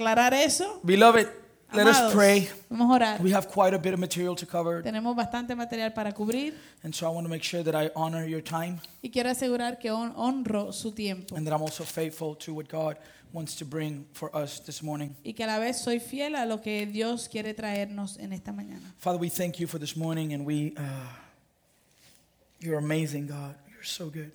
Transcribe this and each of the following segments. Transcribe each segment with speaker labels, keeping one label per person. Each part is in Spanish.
Speaker 1: aclarar eso,
Speaker 2: Beloved, let us
Speaker 1: amados,
Speaker 2: pray.
Speaker 1: vamos a orar.
Speaker 2: We have quite a bit of material to cover,
Speaker 1: Tenemos bastante material para cubrir
Speaker 2: and so I want to make sure that I honor your time
Speaker 1: y quiero asegurar que hon- honro su tiempo
Speaker 2: and that I'm also faithful to what God wants to bring for us this morning.
Speaker 1: y que a la vez soy fiel a lo que Dios quiere traernos en esta mañana.
Speaker 2: Father, we thank you for this morning, and we, uh, you're amazing, God. You're so good.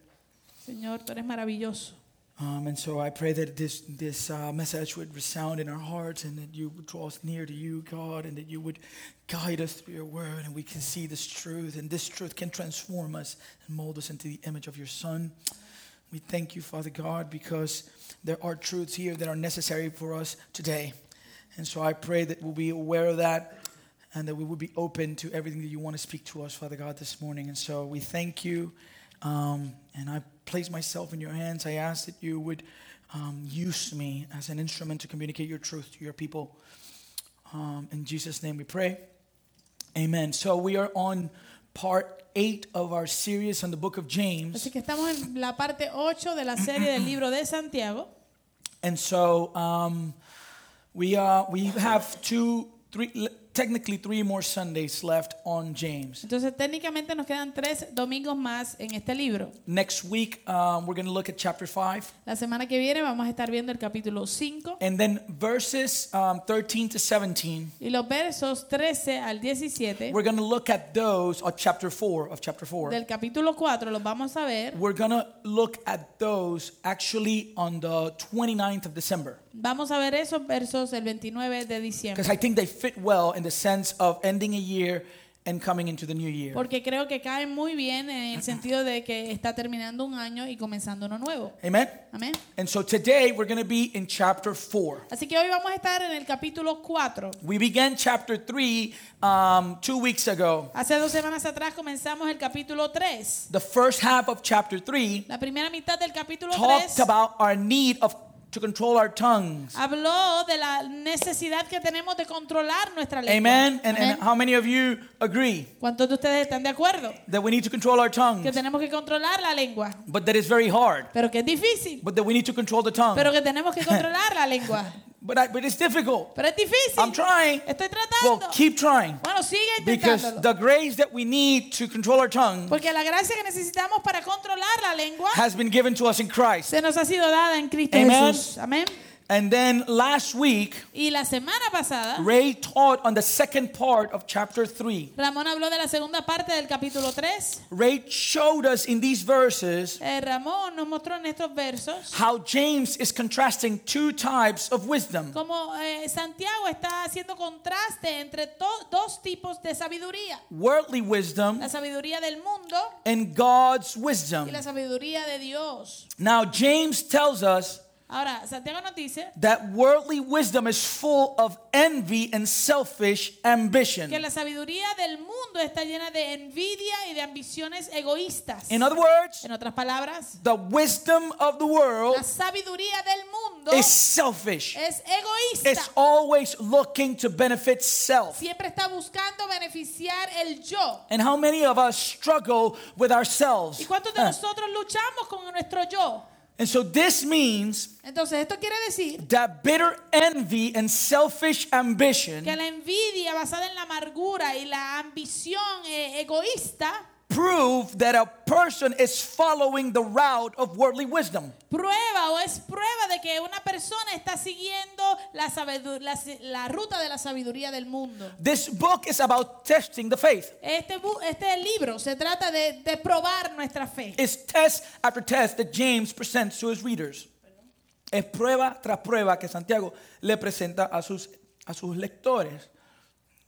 Speaker 1: Señor, tú eres maravilloso.
Speaker 2: Um, and so I pray that this, this uh, message would resound in our hearts and that you would draw us near to you, God, and that you would guide us through your word and we can see this truth. And this truth can transform us and mold us into the image of your Son. We thank you, Father God, because there are truths here that are necessary for us today. And so I pray that we'll be aware of that and that we will be open to everything that you want to speak to us, Father God, this morning. And so we thank you. Um, and I place myself in your hands. I ask that you would um, use me as an instrument to communicate your truth to your people. Um, in Jesus' name we pray. Amen. So we are on part eight of our series on the book of James.
Speaker 1: Así que estamos en la parte 8 de la serie del libro de Santiago.
Speaker 2: And so um, we, uh, we have two, three, l- technically three more Sundays left on James.
Speaker 1: Entonces técnicamente nos quedan tres domingos más en este libro.
Speaker 2: Next week, um, we're going to look at chapter 5,
Speaker 1: La semana que viene vamos a estar viendo el capítulo 5
Speaker 2: and then verses um, 13 to 17.
Speaker 1: y los versos 13 al 17
Speaker 2: We're going to look at those of chapter 4 of chapter 4.
Speaker 1: del capítulo 4 los vamos a ver.
Speaker 2: We're going to look at those actually on the 29th of December
Speaker 1: Vamos a ver esos versos el 29 de diciembre
Speaker 2: because I think they fit well in the sense of ending a year and coming into the new year.
Speaker 1: porque creo que caen muy bien en el sentido de que está terminando un año y comenzando uno nuevo.
Speaker 2: Amen.
Speaker 1: Amén.
Speaker 2: And so today we're going to be in chapter 4.
Speaker 1: Así que hoy vamos a estar en el capítulo 4.
Speaker 2: We began chapter 3 um, two weeks ago.
Speaker 1: Hace dos semanas atrás comenzamos el capítulo 3.
Speaker 2: The first half of chapter 3
Speaker 1: La primera mitad del capítulo
Speaker 2: talked
Speaker 1: 3
Speaker 2: about our need of to control our tongues.
Speaker 1: habló de la necesidad que tenemos de controlar nuestra lengua.
Speaker 2: Amen. And,
Speaker 1: Amén.
Speaker 2: and how many of you agree
Speaker 1: ¿Cuántos de ustedes están de acuerdo?
Speaker 2: that we need to control our
Speaker 1: Que
Speaker 2: tongues,
Speaker 1: tenemos que controlar la lengua,
Speaker 2: but that it's very hard,
Speaker 1: pero que es difícil,
Speaker 2: but that we need to control the tongue?
Speaker 1: pero que tenemos que controlar la lengua.
Speaker 2: But, I, but it's difficult.
Speaker 1: Pero es
Speaker 2: I'm
Speaker 1: difícil.
Speaker 2: trying.
Speaker 1: Estoy
Speaker 2: Well,
Speaker 1: tratando.
Speaker 2: keep trying
Speaker 1: Bueno, sigue
Speaker 2: because
Speaker 1: intentándolo.
Speaker 2: the grace that we need to control our tongue
Speaker 1: Porque la gracia que necesitamos para controlar la lengua
Speaker 2: has been given to us in Christ.
Speaker 1: se nos ha sido dada en Cristo
Speaker 2: Amen.
Speaker 1: Jesús. Amén.
Speaker 2: And then last week,
Speaker 1: Y la semana pasada,
Speaker 2: Ray taught on the second part of chapter 3.
Speaker 1: Ramón habló de la segunda parte del capítulo 3.
Speaker 2: Ray showed us in these verses
Speaker 1: Eh, Ramón nos mostró en estos versos
Speaker 2: how James is contrasting two types of wisdom.
Speaker 1: cómo eh, Santiago está haciendo contraste entre to- dos tipos de sabiduría.
Speaker 2: Worldly wisdom
Speaker 1: La sabiduría del mundo
Speaker 2: and God's
Speaker 1: y
Speaker 2: wisdom.
Speaker 1: la sabiduría de Dios.
Speaker 2: Now, James tells us
Speaker 1: Ahora, Santiago nos dice
Speaker 2: that worldly wisdom is full of envy and selfish
Speaker 1: que
Speaker 2: ambition.
Speaker 1: la sabiduría del mundo está llena de envidia y de ambiciones egoístas.
Speaker 2: In other words,
Speaker 1: En otras palabras,
Speaker 2: the wisdom of the world
Speaker 1: la sabiduría del mundo
Speaker 2: is selfish,
Speaker 1: es egoísta.
Speaker 2: it's always looking to benefit self.
Speaker 1: Siempre está buscando beneficiar el yo.
Speaker 2: And how many of us struggle with
Speaker 1: ¿Y
Speaker 2: ourselves?
Speaker 1: cuántos de
Speaker 2: Huh.
Speaker 1: nosotros luchamos con nuestro yo?
Speaker 2: And so this means
Speaker 1: Entonces, esto quiere decir
Speaker 2: that bitter envy and selfish
Speaker 1: que
Speaker 2: ambition
Speaker 1: la envidia basada en la amargura y la ambición eh, egoísta
Speaker 2: prove that a person is following the route of worldly wisdom.
Speaker 1: prueba o es prueba de que una persona está siguiendo la, sabidu- la, si- la ruta de la sabiduría del mundo.
Speaker 2: This book is about testing the faith.
Speaker 1: Este, bu- este libro se trata de, de probar nuestra fe.
Speaker 2: It's test after test that James presents to his readers. Es prueba tras prueba que Santiago le presenta a sus, a sus lectores.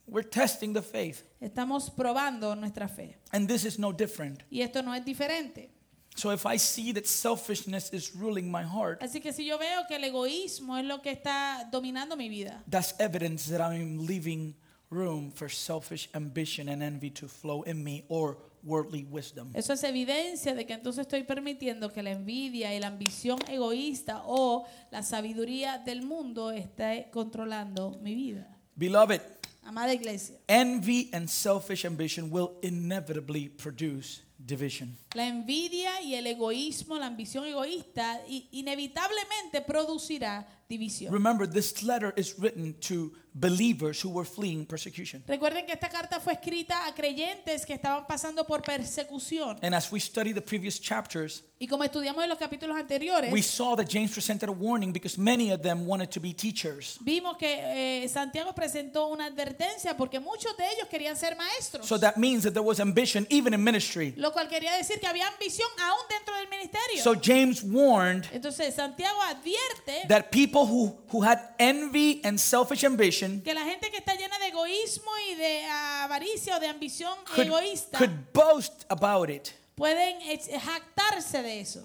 Speaker 2: We're testing the faith,
Speaker 1: Estamos probando nuestra fe.
Speaker 2: and this is no different.
Speaker 1: Y esto no es diferente.
Speaker 2: So if I see that selfishness is ruling my heart,
Speaker 1: Así que si yo veo que el egoísmo es lo que está dominando mi vida,
Speaker 2: That's evidence that I'm leaving room for selfish ambition and envy to flow in me or worldly wisdom.
Speaker 1: eso es evidencia de que entonces estoy permitiendo que la envidia y la ambición egoísta o la sabiduría del mundo esté controlando mi vida.
Speaker 2: Beloved,
Speaker 1: Amada iglesia,
Speaker 2: envy and selfish ambition will inevitably produce division.
Speaker 1: la envidia y el egoísmo, la ambición egoísta i- inevitablemente producirá división.
Speaker 2: Remember, this letter is written to believers who were fleeing persecution.
Speaker 1: Recuerden que esta carta fue escrita a creyentes que estaban pasando por persecución.
Speaker 2: And as we study the previous chapters,
Speaker 1: Y como estudiamos en los capítulos anteriores,
Speaker 2: we saw that James presented a warning because many of them wanted to be teachers.
Speaker 1: vimos que eh, Santiago presentó una advertencia porque muchos de ellos querían ser maestros.
Speaker 2: So that means that there was ambition even in ministry.
Speaker 1: lo cual quería decir que había ambición aún dentro del ministerio.
Speaker 2: So James warned
Speaker 1: Entonces Santiago advierte
Speaker 2: that people who, who had envy and selfish ambition
Speaker 1: que la gente que está llena de egoísmo y de avaricia o de ambición
Speaker 2: could,
Speaker 1: egoísta
Speaker 2: could boast about it
Speaker 1: pueden ex- jactarse de eso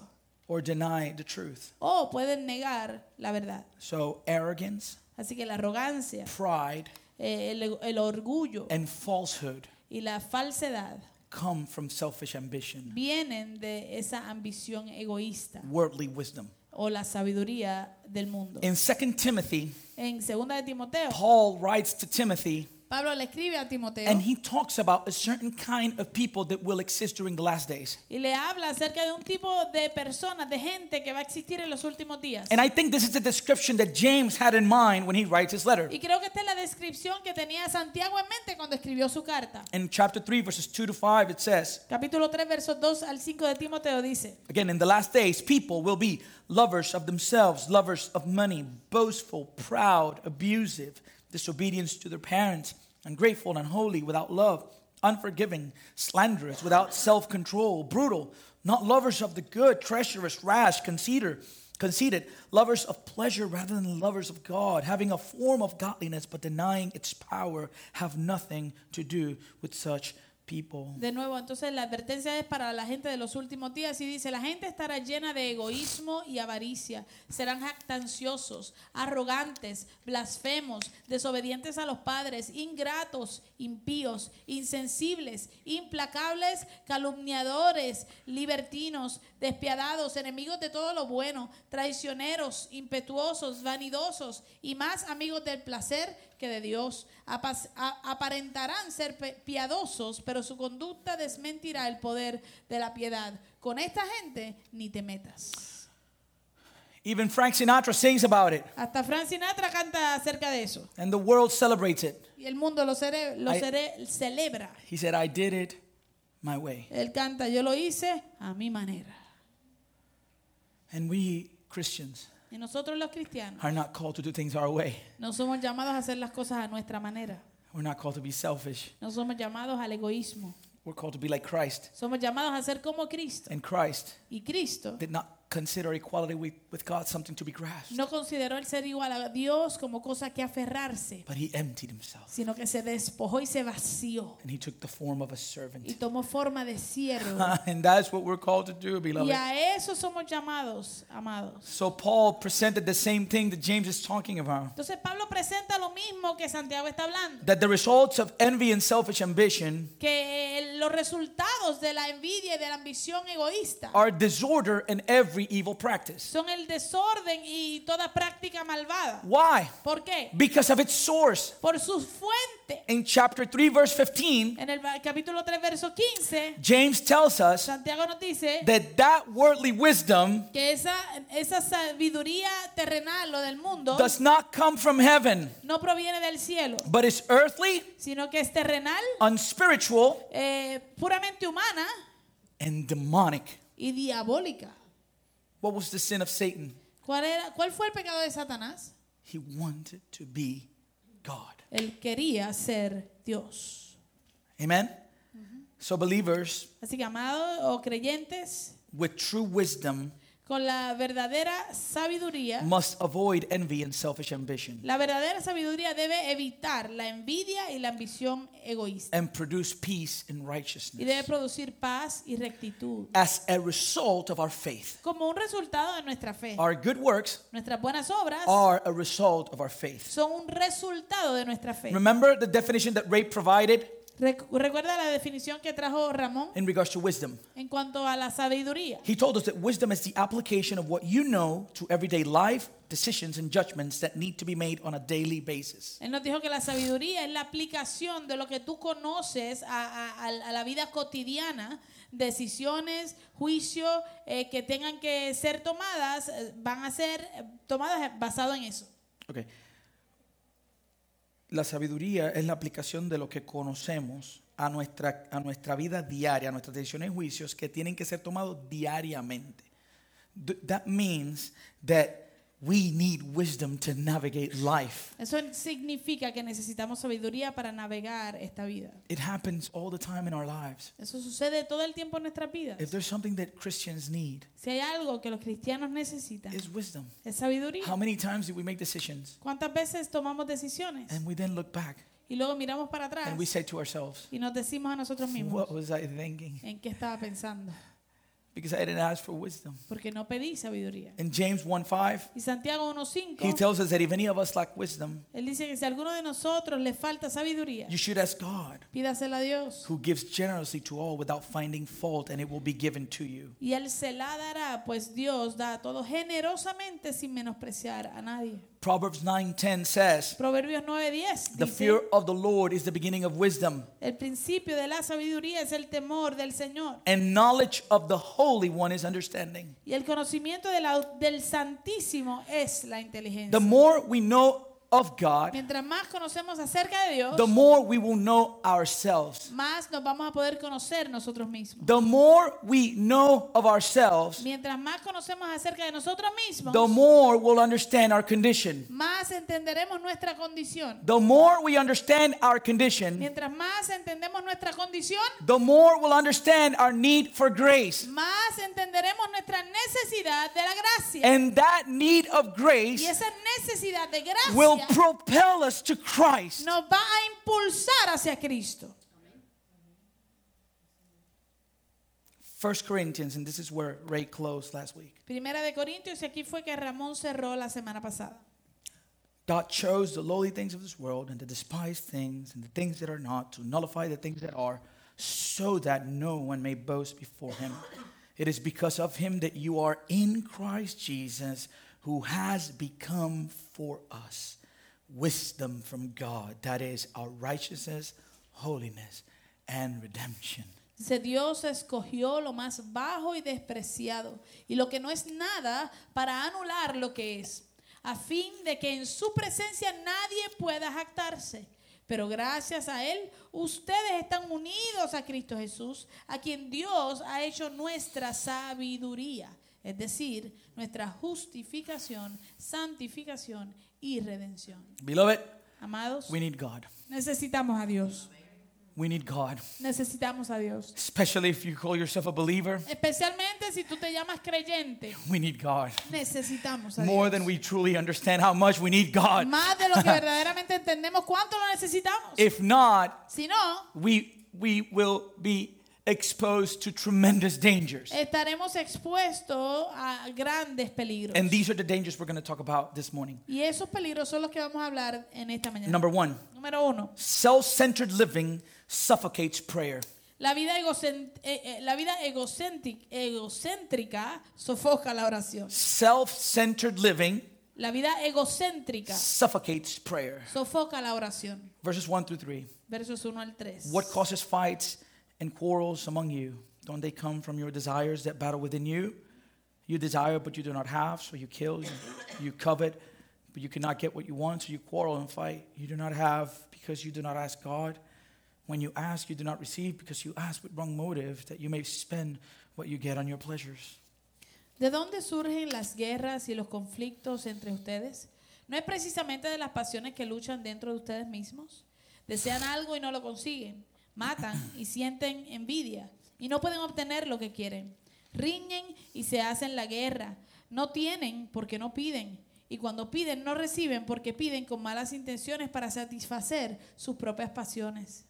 Speaker 2: or deny the truth.
Speaker 1: o pueden negar la verdad.
Speaker 2: So arrogance,
Speaker 1: Así que la arrogancia,
Speaker 2: pride,
Speaker 1: eh, el, el orgullo
Speaker 2: and falsehood
Speaker 1: y la falsedad
Speaker 2: come from selfish ambition,
Speaker 1: vienen de esa ambición egoísta
Speaker 2: worldly wisdom.
Speaker 1: o la sabiduría del mundo.
Speaker 2: In 2 Timothy,
Speaker 1: En 2 de Timoteo,
Speaker 2: Paul writes to Timothy
Speaker 1: Pablo le escribe a Timoteo
Speaker 2: and he talks about a certain kind of people that will exist during the last days.
Speaker 1: Y le habla acerca de un tipo de personas, de gente que va a existir en los últimos días.
Speaker 2: And I think this is the description that James had in mind when he writes his letter.
Speaker 1: Y creo que esta es la descripción que tenía Santiago en mente cuando escribió su carta.
Speaker 2: In chapter 3, verses 2 to 5, it says,
Speaker 1: Capítulo 3, versos 2 al 5 de Timoteo dice,
Speaker 2: Again, in the last days, people will be lovers of themselves, lovers of money, boastful, proud, abusive, disobedient to their parents, ungrateful, unholy, without love, unforgiving, slanderous, without self control, brutal, not lovers of the good, treacherous, rash, conceited, conceited, lovers of pleasure rather than lovers of God, having a form of godliness but denying its power, have nothing to do with such people.
Speaker 1: de nuevo, entonces la advertencia es para la gente de los últimos días y dice, la gente estará llena de egoísmo y avaricia, serán jactanciosos, arrogantes, blasfemos, desobedientes a los padres, ingratos, impíos, insensibles, implacables, calumniadores, libertinos, despiadados, enemigos de todo lo bueno, traicioneros, impetuosos, vanidosos y más amigos del placer que de Dios. Apas- a- Aparentarán ser pe- piadosos, pero su conducta desmentirá el poder de la piedad. Con esta gente ni te metas.
Speaker 2: Even Frank Sinatra sings about it,
Speaker 1: Hasta Frank Sinatra canta acerca de eso.
Speaker 2: and the world celebrates it.
Speaker 1: Y el mundo lo, cere- lo
Speaker 2: Ay-
Speaker 1: cere- celebra.
Speaker 2: He said, I did it my way.
Speaker 1: Él canta, yo lo hice a mi manera.
Speaker 2: And we Christians
Speaker 1: Y nosotros los cristianos
Speaker 2: are not called to do things our way.
Speaker 1: no somos llamados a hacer las cosas a nuestra manera.
Speaker 2: We're not called to be selfish.
Speaker 1: No somos llamados al egoísmo.
Speaker 2: We're called to be like Christ.
Speaker 1: Somos llamados a ser como Cristo.
Speaker 2: And Christ
Speaker 1: Y Cristo
Speaker 2: did not consider equality with, with God something to be grasped,
Speaker 1: no consideró el ser igual a Dios como cosa que aferrarse,
Speaker 2: but he emptied himself
Speaker 1: sino que se despojó y se vació
Speaker 2: and he took the form of a
Speaker 1: y
Speaker 2: servant.
Speaker 1: tomó forma de siervo.
Speaker 2: and that's what we're called to do,
Speaker 1: Y
Speaker 2: beloved.
Speaker 1: a eso somos llamados, amados.
Speaker 2: So Paul presented the same thing that James is talking about.
Speaker 1: Entonces Pablo presenta lo mismo que Santiago está hablando,
Speaker 2: That the results of envy and selfish ambition
Speaker 1: que eh, los resultados de la envidia y de la ambición egoísta
Speaker 2: are disorder and every evil practice.
Speaker 1: son el desorden y toda práctica malvada.
Speaker 2: Why?
Speaker 1: ¿Por qué?
Speaker 2: Because of its source.
Speaker 1: Por su fuente.
Speaker 2: In chapter 3, verse 15,
Speaker 1: En el va- capítulo 3, verso 15,
Speaker 2: James tells us
Speaker 1: Santiago nos dice
Speaker 2: that that worldly wisdom
Speaker 1: que esa, esa sabiduría terrenal o del mundo
Speaker 2: does not come from heaven,
Speaker 1: no proviene del cielo,
Speaker 2: but is earthly,
Speaker 1: sino que es terrenal,
Speaker 2: unspiritual,
Speaker 1: eh, puramente humana
Speaker 2: and demonic.
Speaker 1: y diabólica.
Speaker 2: What was the sin of Satan?
Speaker 1: ¿Cuál, era, ¿Cuál fue el pecado de Satanás?
Speaker 2: He wanted to be God.
Speaker 1: Él quería ser Dios.
Speaker 2: Amen? So, believers
Speaker 1: Así que, amados o creyentes,
Speaker 2: with true wisdom
Speaker 1: con la verdadera sabiduría,
Speaker 2: must avoid envy and selfish ambition
Speaker 1: la verdadera sabiduría debe evitar la envidia y la ambición egoísta
Speaker 2: and produce peace
Speaker 1: y
Speaker 2: and
Speaker 1: debe
Speaker 2: righteousness
Speaker 1: producir paz y rectitud
Speaker 2: as a result of our faith.
Speaker 1: como un resultado de nuestra fe.
Speaker 2: Our good works
Speaker 1: Nuestras buenas obras
Speaker 2: are a result of our faith.
Speaker 1: son un resultado de nuestra fe.
Speaker 2: Remember the definition that Ray provided?
Speaker 1: Rec- Recuerda la definición que trajo Ramón
Speaker 2: in regards to wisdom.
Speaker 1: en cuanto a la sabiduría.
Speaker 2: He told us that wisdom is the application of what you know to everyday life, decisions, and judgments that need to be made on a daily basis.
Speaker 1: Él nos dijo que la sabiduría es la aplicación de lo que tú conoces a, a- a- a la vida cotidiana. Decisiones, juicios eh, que tengan que ser tomadas eh, van a ser eh, tomadas basado en eso.
Speaker 2: Okay. La sabiduría es la aplicación de lo que conocemos a nuestra, a nuestra vida diaria, a nuestras decisiones y juicios que tienen que ser tomados diariamente. Th- that means that we need wisdom to navigate life.
Speaker 1: Eso significa que necesitamos sabiduría para navegar esta vida.
Speaker 2: It happens all the time in our lives.
Speaker 1: Eso sucede todo el tiempo en nuestra vida.
Speaker 2: If there's something that Christians need,
Speaker 1: Si hay algo que los cristianos necesitan,
Speaker 2: it's wisdom.
Speaker 1: es sabiduría.
Speaker 2: How many times do we make decisions
Speaker 1: ¿Cuántas veces tomamos decisiones
Speaker 2: and we then look back
Speaker 1: y luego miramos para atrás
Speaker 2: and we say to ourselves,
Speaker 1: y nos decimos a nosotros mismos
Speaker 2: What was I thinking?
Speaker 1: en qué estaba pensando?
Speaker 2: Because I didn't ask for wisdom.
Speaker 1: Porque no pedí sabiduría.
Speaker 2: In James 1 5,
Speaker 1: Y Santiago
Speaker 2: He
Speaker 1: 1.5,
Speaker 2: tells us that if any of us lack wisdom,
Speaker 1: él dice que si a alguno de nosotros le falta sabiduría,
Speaker 2: you should ask God,
Speaker 1: pídasela a Dios.
Speaker 2: who gives generously to all without finding fault, and it will be given to you.
Speaker 1: Y él se la dará, pues Dios da a todo generosamente sin menospreciar a nadie.
Speaker 2: Proverbs 9:10 says,
Speaker 1: Proverbios 9.10
Speaker 2: "The
Speaker 1: dice,
Speaker 2: fear of the Lord is the beginning of wisdom,
Speaker 1: el principio de la sabiduría es el temor del Señor.
Speaker 2: and knowledge of the Holy One is understanding."
Speaker 1: Y el conocimiento de la- del Santísimo es la inteligencia.
Speaker 2: The more we know of God,
Speaker 1: Mientras más conocemos acerca de Dios,
Speaker 2: the more we will know ourselves.
Speaker 1: más nos vamos a poder conocer nosotros mismos.
Speaker 2: The more we know of ourselves,
Speaker 1: Mientras más conocemos acerca de nosotros mismos,
Speaker 2: the more we'll understand our condition.
Speaker 1: más entenderemos nuestra condición.
Speaker 2: The more we understand our condition,
Speaker 1: Mientras más entendemos nuestra condición,
Speaker 2: the more we'll understand our need for grace.
Speaker 1: más entenderemos nuestra necesidad de la gracia.
Speaker 2: And that need of
Speaker 1: Y
Speaker 2: grace
Speaker 1: esa necesidad de
Speaker 2: will
Speaker 1: gracia
Speaker 2: propel us to Christ.
Speaker 1: nos va a impulsar hacia Cristo.
Speaker 2: 1 Corinthians, and this is where Ray closed last week.
Speaker 1: Primera de Corintios, y aquí fue que Ramón cerró la semana pasada.
Speaker 2: God chose the lowly things of this world and the despised things and the things that are not to nullify the things that are, so that no one may boast before him. It is because of him that you are in Christ Jesus, who has become for us wisdom from God, that is, our righteousness, holiness, and redemption.
Speaker 1: Dice, Dios escogió lo más bajo y despreciado y lo que no es nada para anular lo que es, a fin de que en su presencia nadie pueda jactarse. Pero gracias a Él, ustedes están unidos a Cristo Jesús, a quien Dios ha hecho nuestra sabiduría, es decir, nuestra justificación, santificación y redención.
Speaker 2: Beloved,
Speaker 1: Amados,
Speaker 2: we need God.
Speaker 1: necesitamos a Dios.
Speaker 2: We need God.
Speaker 1: Necesitamos a Dios.
Speaker 2: Especially if you call yourself a believer,
Speaker 1: Especialmente si tú te llamas creyente,
Speaker 2: we need God.
Speaker 1: necesitamos a
Speaker 2: More
Speaker 1: Dios.
Speaker 2: than we truly understand how much we need God.
Speaker 1: Más de lo que verdaderamente entendemos cuánto lo necesitamos.
Speaker 2: If not,
Speaker 1: si no,
Speaker 2: we we will be exposed to tremendous dangers.
Speaker 1: estaremos expuestos a grandes peligros.
Speaker 2: And these are the dangers we're going to talk about this morning.
Speaker 1: y esos peligros son los que vamos a hablar en esta mañana.
Speaker 2: Number 1,
Speaker 1: Número uno,
Speaker 2: self-centered living suffocates prayer.
Speaker 1: la vida, egocent- eh, eh, la vida egocéntric- egocéntrica sofoca la oración.
Speaker 2: Self-centered living
Speaker 1: La vida egocéntrica
Speaker 2: suffocates prayer.
Speaker 1: sofoca la oración.
Speaker 2: Verses 1 through 3.
Speaker 1: Versos 1 al 3.
Speaker 2: What causes fights and quarrels among you? Don't they come from your desires that battle within you? You desire, but you do not have, so you kill. You, you covet, but you cannot get what you want, so you quarrel and fight. You do not have because you do not ask God. When you ask, you do not receive because you ask with wrong motive, that you may spend what you get on your pleasures.
Speaker 1: ¿De dónde surgen las guerras y los conflictos entre ustedes? ¿No es precisamente de las pasiones que luchan dentro de ustedes mismos? Desean algo y no lo consiguen, matan y sienten envidia y no pueden obtener lo que quieren. Riñen y se hacen la guerra. No tienen porque no piden. Y cuando piden no reciben porque piden con malas intenciones para satisfacer sus propias pasiones.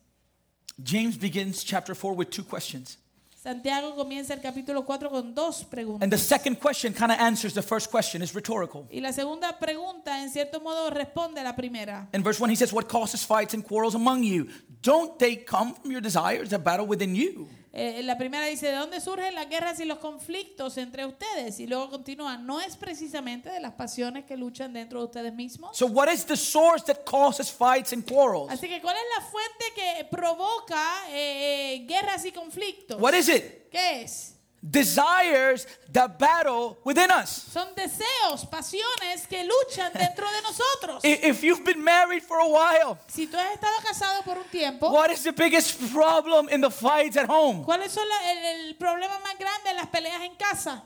Speaker 2: James begins chapter 4 with two questions
Speaker 1: Santiago comienza el capítulo 4 con dos preguntas.
Speaker 2: And the second question kind of answers the first question. It's rhetorical.
Speaker 1: Y la segunda pregunta, en cierto modo, responde a la primera.
Speaker 2: In verse 1, he says, What causes fights and quarrels among you? Don't they come from your desires that battle within you?
Speaker 1: Eh, la primera dice, ¿de dónde surgen las guerras y los conflictos entre ustedes? Y luego continúa, ¿no es precisamente de las pasiones que luchan dentro de ustedes mismos?
Speaker 2: So, what is the source that causes fights and quarrels?
Speaker 1: Así que, ¿cuál es la fuente que provoca eh, eh, guerras y conflictos?
Speaker 2: What is it?
Speaker 1: ¿Qué es?
Speaker 2: Desires that battle within us.
Speaker 1: Son deseos, pasiones que luchan dentro de nosotros.
Speaker 2: I- If you've been married for a while,
Speaker 1: Si tú has estado casado por un tiempo,
Speaker 2: what is the biggest problem in the fights at home?
Speaker 1: ¿cuál es el, el problema más grande en las peleas en casa?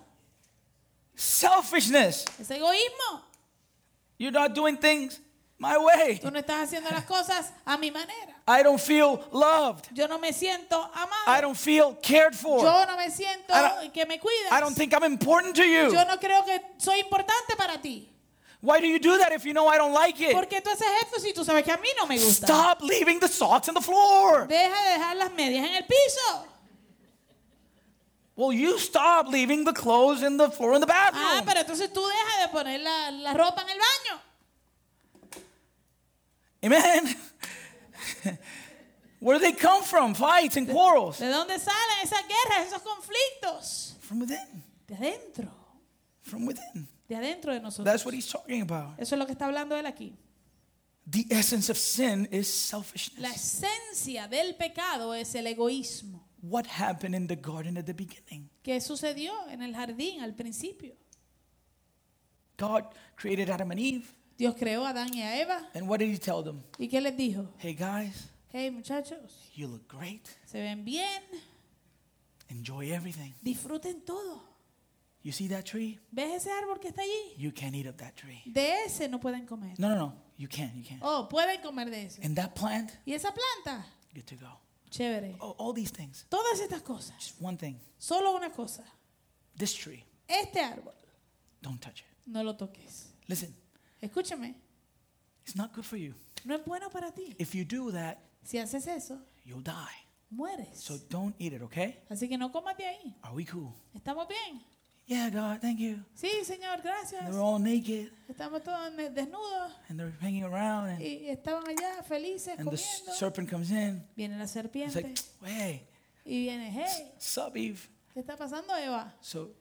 Speaker 2: Selfishness.
Speaker 1: Es egoísmo.
Speaker 2: You're not doing things my way.
Speaker 1: Tú no estás haciendo las cosas a mi manera.
Speaker 2: I don't feel loved.
Speaker 1: Yo no me siento amado.
Speaker 2: I don't feel cared for.
Speaker 1: Yo no me siento
Speaker 2: I don't-
Speaker 1: que me cuidas.
Speaker 2: I don't think I'm important to you.
Speaker 1: Yo no creo que soy importante para ti.
Speaker 2: Why do you do that if you know I don't like
Speaker 1: ¿Por
Speaker 2: it?
Speaker 1: qué tú haces esto si tú sabes que a mí no me gusta?
Speaker 2: Eh. Stop leaving the socks on the floor.
Speaker 1: Deja de dejar las medias en el piso.
Speaker 2: Well, you stop leaving the clothes in the floor in the
Speaker 1: Ah,
Speaker 2: bathroom.
Speaker 1: pero entonces tú deja de poner la, la ropa en el baño.
Speaker 2: Amen. Where do they come from? Fights and quarrels.
Speaker 1: ¿De dónde salen esas guerras, esos conflictos?
Speaker 2: From within.
Speaker 1: De adentro,
Speaker 2: From within.
Speaker 1: de adentro de nosotros.
Speaker 2: That's what he's talking about.
Speaker 1: Eso es lo que está hablando él aquí.
Speaker 2: The essence of sin is
Speaker 1: La
Speaker 2: selfishness.
Speaker 1: esencia del pecado es el egoísmo.
Speaker 2: What happened in the garden at the beginning?
Speaker 1: ¿Qué sucedió en el jardín al principio?
Speaker 2: God created Adam and Eve.
Speaker 1: Dios creó a Adán y a Eva.
Speaker 2: And what did he tell them?
Speaker 1: ¿Y qué les dijo?
Speaker 2: Hey guys,
Speaker 1: Hey muchachos,
Speaker 2: you look great.
Speaker 1: se ven bien,
Speaker 2: Enjoy everything.
Speaker 1: disfruten todo.
Speaker 2: You see that tree?
Speaker 1: ¿Ves ese árbol que está allí?
Speaker 2: You can't eat of that tree.
Speaker 1: De ese no pueden comer.
Speaker 2: No, no, no. You can, you can.
Speaker 1: Oh, pueden comer de ese.
Speaker 2: And that plant,
Speaker 1: ¿Y esa planta?
Speaker 2: good to go.
Speaker 1: Chévere.
Speaker 2: Oh, all these things.
Speaker 1: Todas estas cosas.
Speaker 2: Just one thing.
Speaker 1: Solo una cosa.
Speaker 2: This tree,
Speaker 1: Este árbol,
Speaker 2: don't touch it.
Speaker 1: no lo toques.
Speaker 2: Listen,
Speaker 1: Escúchame,
Speaker 2: it's not good for you.
Speaker 1: no es bueno para ti.
Speaker 2: If you do that,
Speaker 1: Si haces eso,
Speaker 2: you'll die.
Speaker 1: mueres.
Speaker 2: So don't eat it, okay?
Speaker 1: Así que no comas de ahí.
Speaker 2: Are we cool?
Speaker 1: ¿Estamos bien?
Speaker 2: Yeah, God, thank you.
Speaker 1: Sí, Señor,
Speaker 2: And
Speaker 1: gracias.
Speaker 2: they're all naked
Speaker 1: Estamos todos ne- desnudos
Speaker 2: and they're hanging around and,
Speaker 1: y estaban allá felices
Speaker 2: and the s-
Speaker 1: comiendo.
Speaker 2: serpent comes in.
Speaker 1: Viene la
Speaker 2: It's
Speaker 1: serpiente
Speaker 2: like, hey,
Speaker 1: y viene, hey,
Speaker 2: sup, Eve.
Speaker 1: ¿qué está pasando, Eva?
Speaker 2: So,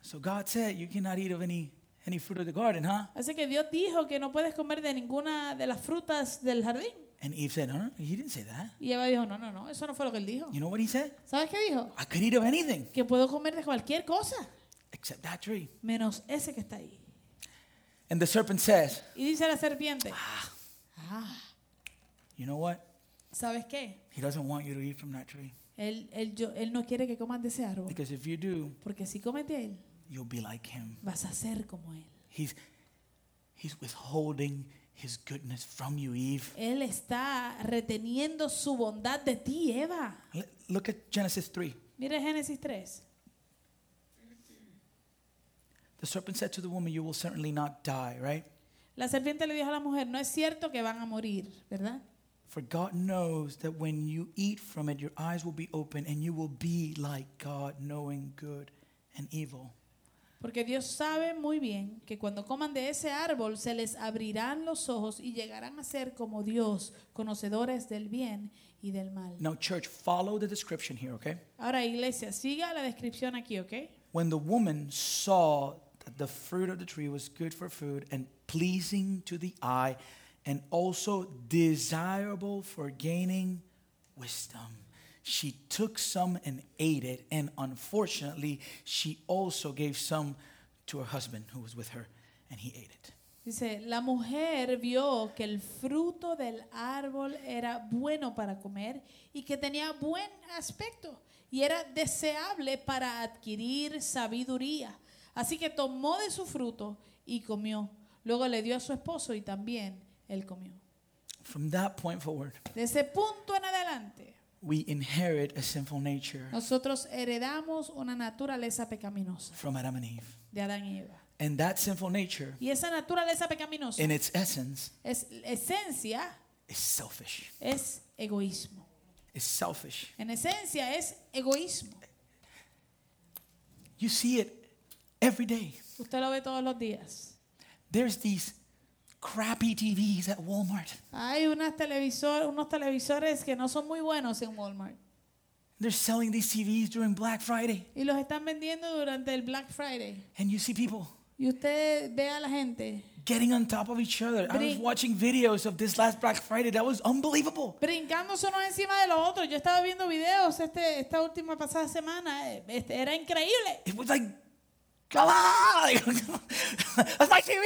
Speaker 2: so God said you cannot eat of any any fruit of the garden, huh?
Speaker 1: Así que Dios dijo que no puedes comer de ninguna de las frutas del jardín.
Speaker 2: And Eve said, no, no, he didn't say that.
Speaker 1: Y Eva dijo, no, no, no, eso no fue lo que él dijo.
Speaker 2: You know what he said?
Speaker 1: ¿Sabes qué dijo?
Speaker 2: I could eat of anything
Speaker 1: Que puedo comer de cualquier cosa,
Speaker 2: except that tree.
Speaker 1: menos ese que está ahí.
Speaker 2: And the serpent says,
Speaker 1: Y dice la serpiente, ah,
Speaker 2: you know what?
Speaker 1: ¿sabes qué?
Speaker 2: He doesn't want you to eat from that tree
Speaker 1: Él, él, yo- él no quiere que comas de ese árbol,
Speaker 2: because if you do,
Speaker 1: porque si comes de él,
Speaker 2: you'll be like him.
Speaker 1: vas a ser como él.
Speaker 2: He's he's withholding his goodness from you, Eve.
Speaker 1: Él está reteniendo su bondad de ti, Eva.
Speaker 2: L- look at Genesis 3.
Speaker 1: Mire Génesis 3.
Speaker 2: The serpent said to the woman, you will certainly not die, right?
Speaker 1: La serpiente le dijo a la mujer, no es cierto que van a morir, ¿verdad?
Speaker 2: For God knows that when you eat from it, your eyes will be open and you will be like God, knowing good and evil.
Speaker 1: Porque Dios sabe muy bien que cuando coman de ese árbol se les abrirán los ojos y llegarán a ser como Dios, conocedores del bien y del mal.
Speaker 2: Now, church, follow the description here, okay?
Speaker 1: Ahora, iglesia, siga la descripción aquí, ¿ok?
Speaker 2: When the woman saw that the fruit of the tree was good for food and pleasing to the eye and also desirable for gaining wisdom, she took some and ate it. And unfortunately, she also gave some to her husband who was with her, and he ate it.
Speaker 1: Dice, la mujer vio que el fruto del árbol era bueno para comer y que tenía buen aspecto y era deseable para adquirir sabiduría. Así que tomó de su fruto y comió. Luego le dio a su esposo y también él comió.
Speaker 2: From that point forward,
Speaker 1: De ese punto en adelante,
Speaker 2: we inherit a sinful nature
Speaker 1: nosotros heredamos una naturaleza pecaminosa
Speaker 2: from Adam and Eve.
Speaker 1: de Adán y Eva.
Speaker 2: And that sinful nature,
Speaker 1: Y esa naturaleza pecaminosa
Speaker 2: in its essence,
Speaker 1: es esencia
Speaker 2: is selfish.
Speaker 1: es egoísmo.
Speaker 2: It's selfish.
Speaker 1: En esencia es egoísmo.
Speaker 2: You see it every day.
Speaker 1: Usted lo ve todos los días.
Speaker 2: There's these crappy TVs at Walmart.
Speaker 1: Hay unas televisor, unos televisores que no son muy buenos en Walmart.
Speaker 2: They're selling these TVs during Black Friday.
Speaker 1: Y los están vendiendo durante el Black Friday.
Speaker 2: And you see people
Speaker 1: Y usted ve a la gente
Speaker 2: getting on top of each other. I was
Speaker 1: Brin-
Speaker 2: watching videos of this last Black Friday. That was unbelievable.
Speaker 1: brincándose unos encima de los otros. Yo estaba viendo videos este, esta última pasada semana. eh, este, era increíble.
Speaker 2: It was like, come on! That's my TV!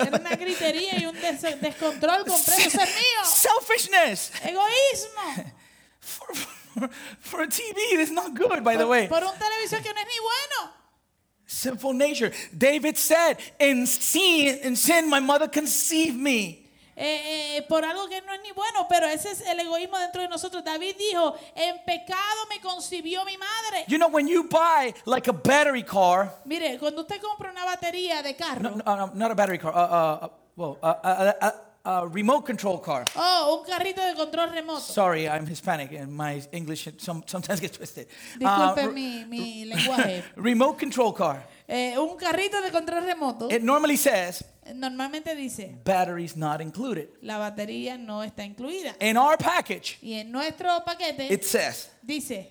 Speaker 1: Era una gritería y un des- descontrol completo. ¡Eso es mío!
Speaker 2: Selfishness!
Speaker 1: ¡Egoísmo!
Speaker 2: For, for, for a TV that's not good, by the
Speaker 1: Por,
Speaker 2: way.
Speaker 1: por un televisor que no es ni bueno.
Speaker 2: Sinful nature. David said, in sin, in sin my mother conceived me.
Speaker 1: Eh, eh, por algo que no es ni bueno, pero ese es el egoísmo dentro de nosotros. David dijo, en pecado me concibió mi madre.
Speaker 2: You know, when you buy like a battery car,
Speaker 1: Mire, cuando usted compra una batería de carro,
Speaker 2: no, no, no, not a battery car, uh, uh, uh, well, uh, uh, uh, uh, uh, remote control car.
Speaker 1: oh, un carrito de control remoto.
Speaker 2: Sorry, I'm Hispanic and my English some, sometimes gets twisted. Uh,
Speaker 1: Disculpe mi, mi lenguaje.
Speaker 2: remote control car.
Speaker 1: Eh, un carrito de control remoto
Speaker 2: It normally says
Speaker 1: normalmente dice,
Speaker 2: batteries not included.
Speaker 1: la batería no está incluida.
Speaker 2: In our package,
Speaker 1: Y en nuestro paquete
Speaker 2: it says
Speaker 1: dice,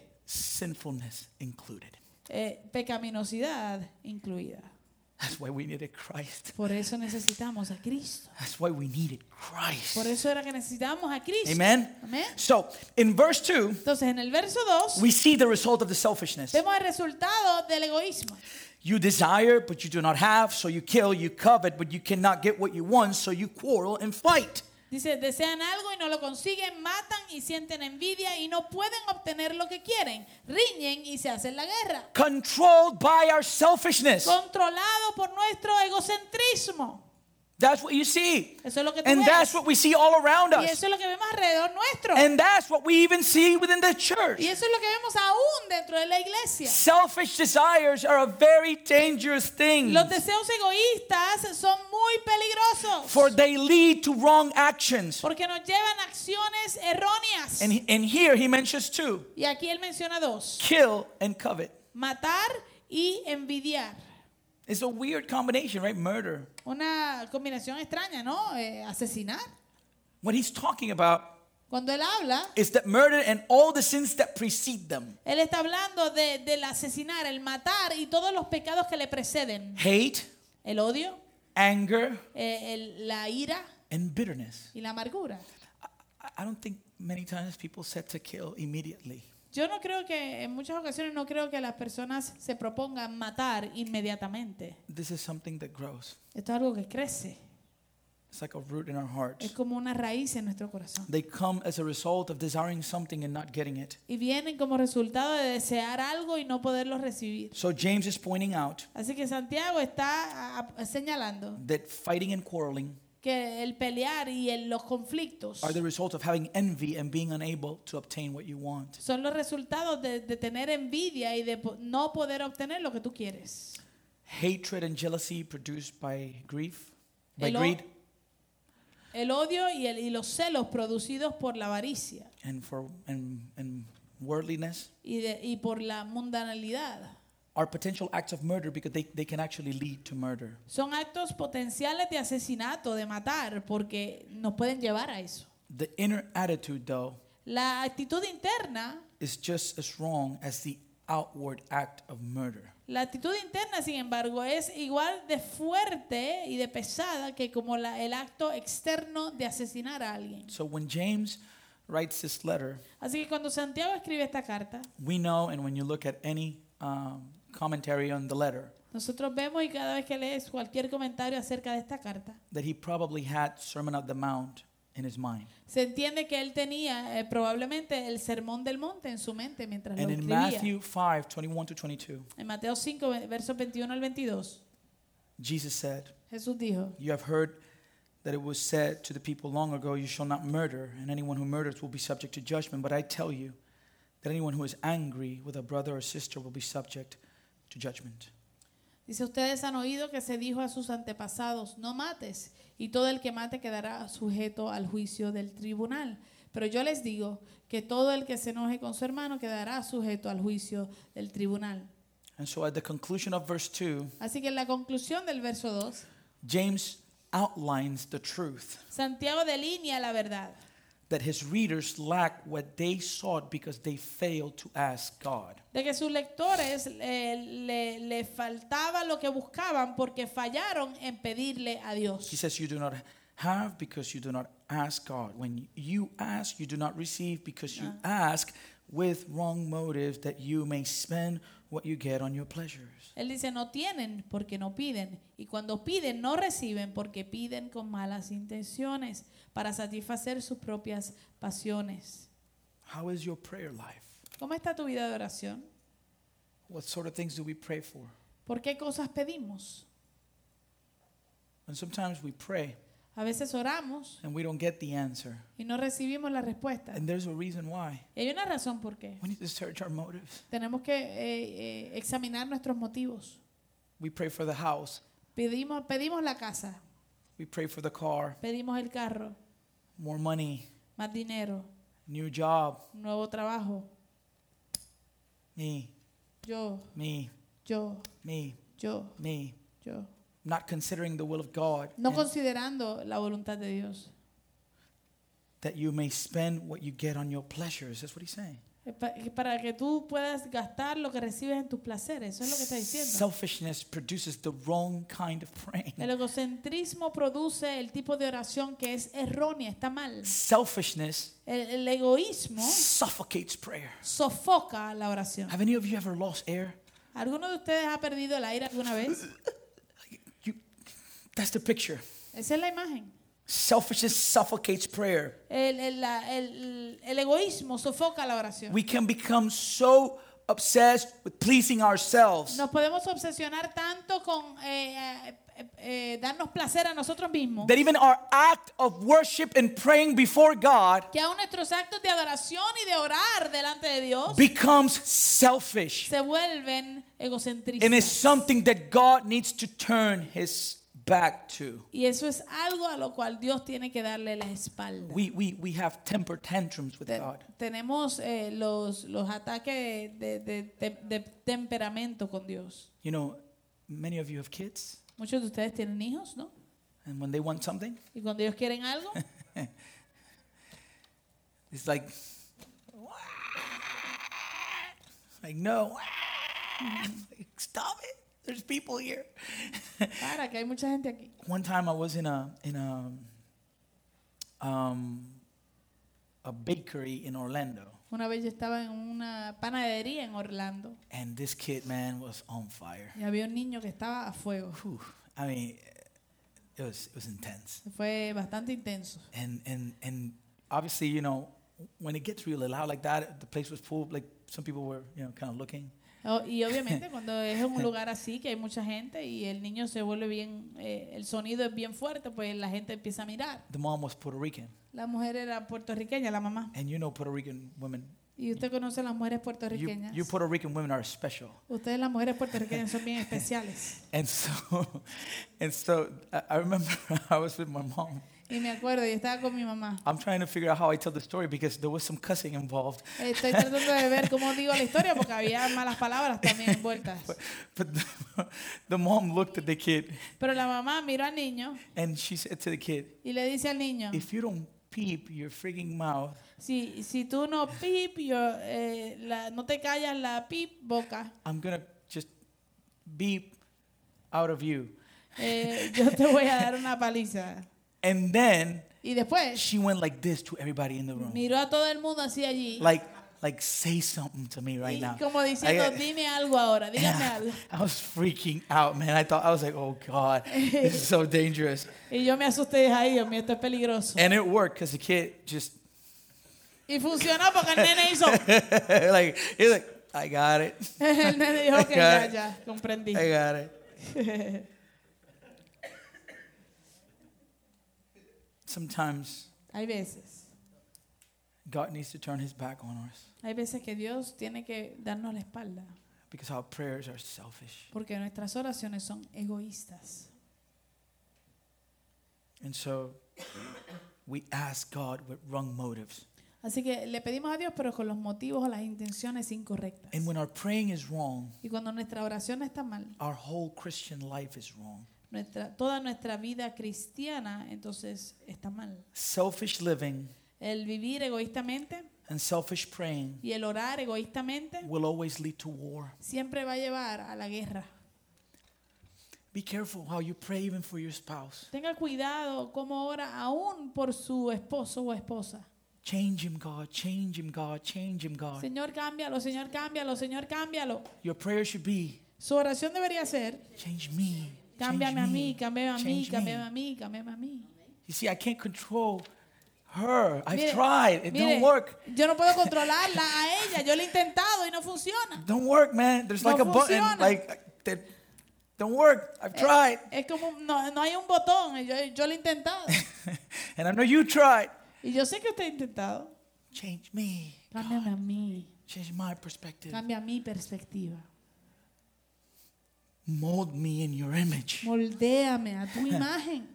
Speaker 2: sinfulness included.
Speaker 1: eh, pecaminosidad incluida.
Speaker 2: That's why we needed Christ.
Speaker 1: Por eso necesitamos a Cristo.
Speaker 2: That's why we needed Christ.
Speaker 1: Por eso era que necesitamos a Cristo.
Speaker 2: Amen.
Speaker 1: Amén.
Speaker 2: So, in verse 2,
Speaker 1: Entonces, en el verso 2
Speaker 2: we see the result of the selfishness.
Speaker 1: vemos el resultado del egoísmo.
Speaker 2: You desire, but you do not have, so you kill, you covet, but you cannot get what you want, so you quarrel and fight.
Speaker 1: Dice, desean algo y no lo consiguen, matan y sienten envidia y no pueden obtener lo que quieren, riñen y se hacen la guerra.
Speaker 2: Controlled by our selfishness.
Speaker 1: Controlado por nuestro egocentrismo.
Speaker 2: That's what you see.
Speaker 1: Eso es lo que tú
Speaker 2: And
Speaker 1: ves.
Speaker 2: that's what we see all around
Speaker 1: Y
Speaker 2: us.
Speaker 1: eso es lo que vemos alrededor nuestro.
Speaker 2: And that's what we even see within the
Speaker 1: y
Speaker 2: church.
Speaker 1: eso es lo que vemos aún dentro de la iglesia.
Speaker 2: Selfish desires are a very dangerous thing,
Speaker 1: Los deseos egoístas son muy peligrosos
Speaker 2: for they lead to wrong actions.
Speaker 1: porque nos llevan a acciones erróneas.
Speaker 2: And, he- and here he mentions two
Speaker 1: y aquí él menciona dos.
Speaker 2: kill and covet.
Speaker 1: matar y envidiar.
Speaker 2: It's a weird combination, right? Murder.
Speaker 1: Una combinación extraña, ¿no? Eh, asesinar.
Speaker 2: What he's talking about
Speaker 1: Cuando él habla,
Speaker 2: is that murder and all the sins that precede them
Speaker 1: él está hablando de, del asesinar, el matar y todos los pecados que le preceden.
Speaker 2: hate,
Speaker 1: El odio,
Speaker 2: anger,
Speaker 1: eh, el- la ira
Speaker 2: and bitterness.
Speaker 1: y la amargura.
Speaker 2: I- I don't think many times people set to kill immediately.
Speaker 1: Yo no creo que, en muchas ocasiones no creo que las personas se propongan matar inmediatamente.
Speaker 2: This is something that grows.
Speaker 1: Esto es algo que crece.
Speaker 2: It's like a root in our
Speaker 1: Es
Speaker 2: hearts.
Speaker 1: como una raíz en nuestro corazón.
Speaker 2: They come as a result of desiring something and not getting it.
Speaker 1: Y vienen como resultado de desear algo y no poderlo recibir.
Speaker 2: So James is pointing out
Speaker 1: Así que Santiago está a- a- señalando
Speaker 2: that fighting and quarreling
Speaker 1: que el pelear y el- los conflictos
Speaker 2: are the result of having envy and being unable to obtain what you want.
Speaker 1: son los resultados de, de tener envidia y de po- no poder obtener lo que tú quieres.
Speaker 2: Hatred and jealousy produced by grief, by
Speaker 1: El o-
Speaker 2: greed,
Speaker 1: El odio y, el- y los celos producidos por la avaricia
Speaker 2: and for and, and worldliness
Speaker 1: y, de- y por la mundanalidad.
Speaker 2: are potential acts of murder because they, they can actually lead to murder.
Speaker 1: Son actos potenciales de asesinato, de matar, porque nos pueden llevar a eso.
Speaker 2: The inner attitude, though,
Speaker 1: La actitud interna,
Speaker 2: is just as wrong as the outward act of murder.
Speaker 1: la actitud interna, sin embargo, es igual de fuerte y de pesada que como la- el acto externo de asesinar a alguien.
Speaker 2: So when James writes this letter,
Speaker 1: Así que cuando Santiago escribe esta carta,
Speaker 2: we know, and when you look at any um, commentary on the letter,
Speaker 1: nosotros vemos y cada vez que lees cualquier comentario acerca de esta carta,
Speaker 2: that he probably had Sermon on the Mount in his mind.
Speaker 1: se entiende que él tenía eh, probablemente el sermón del monte en su mente mientras lo
Speaker 2: And in
Speaker 1: escribía.
Speaker 2: Matthew 5 21 to 22,
Speaker 1: en Mateo 5, ve- versos 21 al 22,
Speaker 2: Jesus said,
Speaker 1: Jesús dijo,
Speaker 2: You have heard that it was said to the people long ago, You shall not murder, and anyone who murders will be subject to judgment. But I tell you that anyone who is angry with a brother or sister will be subject to judgment.
Speaker 1: dice, ustedes han oído que se dijo a sus antepasados, no mates, y todo el que mate quedará sujeto al juicio del tribunal. Pero yo les digo que todo el que se enoje con su hermano quedará sujeto al juicio del tribunal.
Speaker 2: And so at the conclusion of verse 2,
Speaker 1: Así que en la conclusión del verso 2,
Speaker 2: James outlines the truth
Speaker 1: Santiago delinea la verdad,
Speaker 2: that his readers lack what they sought because they failed to ask God.
Speaker 1: de que sus lectores eh, le, le faltaba lo que buscaban porque fallaron en pedirle a
Speaker 2: He
Speaker 1: Dios.
Speaker 2: says, You do not have because you do not ask God. When you ask, you do not receive because you ask with wrong motives that you may spend what you get on your pleasures.
Speaker 1: Él dice, no tienen porque no piden, y cuando piden no reciben porque piden con malas intenciones para satisfacer sus propias pasiones.
Speaker 2: How is your prayer life?
Speaker 1: ¿Cómo está tu vida de oración?
Speaker 2: What sort of things do we pray for?
Speaker 1: ¿Por qué cosas pedimos?
Speaker 2: And sometimes we pray
Speaker 1: A veces oramos
Speaker 2: and we don't get the answer.
Speaker 1: y no recibimos la respuesta.
Speaker 2: And there's a reason why.
Speaker 1: Y hay una razón por qué.
Speaker 2: We need to search our motives.
Speaker 1: Tenemos que eh, eh, examinar nuestros motivos.
Speaker 2: We pray for the house,
Speaker 1: Pedimos, pedimos la casa,
Speaker 2: we pray for the car,
Speaker 1: pedimos el carro,
Speaker 2: more money,
Speaker 1: más dinero,
Speaker 2: new job,
Speaker 1: nuevo trabajo.
Speaker 2: me,
Speaker 1: Yo,
Speaker 2: me,
Speaker 1: yo,
Speaker 2: me,
Speaker 1: yo,
Speaker 2: me.
Speaker 1: yo.
Speaker 2: Not considering the will of God.
Speaker 1: No
Speaker 2: and
Speaker 1: considerando la voluntad de Dios.
Speaker 2: that you may spend what you get on your pleasures. That's what he's saying.
Speaker 1: Eh, pa- Para que tú puedas gastar lo que recibes en tus placeres. Eso es lo que está diciendo.
Speaker 2: Selfishness produces the wrong kind of praying.
Speaker 1: El egocentrismo produce el tipo de oración que es errónea, está mal.
Speaker 2: Selfishness
Speaker 1: El, el egoísmo
Speaker 2: suffocates prayer.
Speaker 1: sofoca la oración.
Speaker 2: Have any of you ever lost air?
Speaker 1: ¿Alguno de ustedes ha perdido el aire alguna vez?
Speaker 2: You, that's the picture.
Speaker 1: Esa es la imagen.
Speaker 2: Selfishness suffocates prayer.
Speaker 1: El, el- la- el- el egoísmo sofoca la oración.
Speaker 2: We can become so obsessed with pleasing ourselves
Speaker 1: Nos podemos obsesionar tanto con eh, eh, eh, eh, darnos placer a nosotros mismos
Speaker 2: that even our act of worship and praying before God
Speaker 1: que aún nuestros actos de adoración y de orar delante de Dios
Speaker 2: becomes selfish
Speaker 1: se vuelven
Speaker 2: and is
Speaker 1: egocentristas.
Speaker 2: something that God needs to turn his back to.
Speaker 1: Y eso es algo a lo cual Dios tiene que darle la espalda.
Speaker 2: We, we, we have temper tantrums with
Speaker 1: Te-
Speaker 2: God.
Speaker 1: tenemos eh, los, los ataques de, de- de- de temperamento con Dios.
Speaker 2: You know, many of you have kids,
Speaker 1: Muchos de ustedes tienen hijos, ¿no?
Speaker 2: and when they want something,
Speaker 1: Y cuando ellos quieren algo,
Speaker 2: it's like, like no, Like, stop it. There's people here.
Speaker 1: para, que hay mucha gente aquí.
Speaker 2: One time I was in a in a um, a bakery in Orlando,
Speaker 1: Una vez yo estaba en una panadería en Orlando
Speaker 2: and this kid man was on fire.
Speaker 1: y había un niño que estaba a fuego.
Speaker 2: Whew. I mean, it was it was intense.
Speaker 1: Fue bastante intenso.
Speaker 2: and and and obviously you know when it gets really loud like that the place was full like some people were you know kind of looking
Speaker 1: O- Oh, Y obviamente cuando es en un lugar así, que hay mucha gente y el niño se vuelve bien, eh, el sonido es bien fuerte, pues la gente empieza a mirar.
Speaker 2: the mom was puerto rican
Speaker 1: La mujer era puertorriqueña, la mamá.
Speaker 2: and you know puerto rican women
Speaker 1: Y usted conoce a las mujeres
Speaker 2: you,
Speaker 1: puertorriqueñas.
Speaker 2: you puerto rican women are special
Speaker 1: Ustedes las mujeres puertorriqueñas son bien especiales.
Speaker 2: and so and so i I remember i was with my mom
Speaker 1: Y me acuerdo, y estaba con mi mamá.
Speaker 2: i'm trying to figure out how i tell the story because there was some cussing involved
Speaker 1: Estoy tratando de ver cómo digo la historia porque había malas palabras también envueltas.
Speaker 2: but the, the mom looked at the kid
Speaker 1: Pero la mamá miró al niño
Speaker 2: and she said to the kid
Speaker 1: y le dice al niño,
Speaker 2: if you don't peep your freaking mouth
Speaker 1: si, si tú no pip, yo, eh, la- no te callas la pip boca,
Speaker 2: i'm gonna just beep out of you
Speaker 1: eh, yo te voy a dar una paliza.
Speaker 2: And then
Speaker 1: Y después
Speaker 2: she went like this to everybody in the room.
Speaker 1: miró a todo el mundo así allí.
Speaker 2: Like, like say something to me right
Speaker 1: Y
Speaker 2: now.
Speaker 1: como diciendo,
Speaker 2: I-
Speaker 1: dime algo ahora, dígame algo.
Speaker 2: I was freaking out, man. I thought I was like, oh God, this is so dangerous.
Speaker 1: Y yo me asusté y dije, ay Dios mío, esto es peligroso.
Speaker 2: And it worked because the kid just
Speaker 1: Y funcionó porque el nene hizo,
Speaker 2: like he's like, I got it.
Speaker 1: el nene dijo que ya, ya, comprendí.
Speaker 2: I got it. Sometimes
Speaker 1: Hay veces,
Speaker 2: God needs to turn his back on us
Speaker 1: hay veces que Dios tiene que darnos la espalda
Speaker 2: because our prayers are selfish.
Speaker 1: porque nuestras oraciones son egoístas.
Speaker 2: And so we ask God with wrong motives.
Speaker 1: Así que le pedimos a Dios, pero con los motivos o las intenciones incorrectas.
Speaker 2: And when our praying is wrong,
Speaker 1: Y cuando nuestra oración está mal,
Speaker 2: our whole Christian life is wrong.
Speaker 1: nuestra, toda nuestra vida cristiana entonces está mal.
Speaker 2: Selfish living
Speaker 1: El vivir egoístamente
Speaker 2: and selfish praying
Speaker 1: y el orar egoístamente
Speaker 2: will always lead to war.
Speaker 1: siempre va a llevar a la guerra.
Speaker 2: Be careful how you pray, even for your spouse.
Speaker 1: Tenga cuidado cómo ora aún por su esposo o esposa.
Speaker 2: Change him, God. Change him, God. Change him, God.
Speaker 1: Señor, cámbialo, Señor, cámbialo, Señor, cámbialo.
Speaker 2: Your prayer should be
Speaker 1: Su oración debería ser,
Speaker 2: change me. Change
Speaker 1: cámbiame a mí, cámbiame a mí,
Speaker 2: change
Speaker 1: cámbiame
Speaker 2: me."
Speaker 1: a mí, cámbiame a mí.
Speaker 2: You see, I can't control her. I've
Speaker 1: Mire,
Speaker 2: tried. It
Speaker 1: mire,
Speaker 2: don't work.
Speaker 1: Yo no puedo controlarla a ella, yo lo he intentado y no funciona.
Speaker 2: Don't work, man. There's
Speaker 1: No
Speaker 2: like a
Speaker 1: funciona.
Speaker 2: button. Like that don't work. I've tried.
Speaker 1: Es como, un- no, no hay un botón, yo, yo lo he intentado.
Speaker 2: and I know you tried.
Speaker 1: Y yo sé que usted ha intentado.
Speaker 2: Change me.
Speaker 1: Cámbiame a mí,
Speaker 2: Change my perspective.
Speaker 1: cambia mi perspectiva.
Speaker 2: Mold me in your image.
Speaker 1: Moldéame a tu imagen.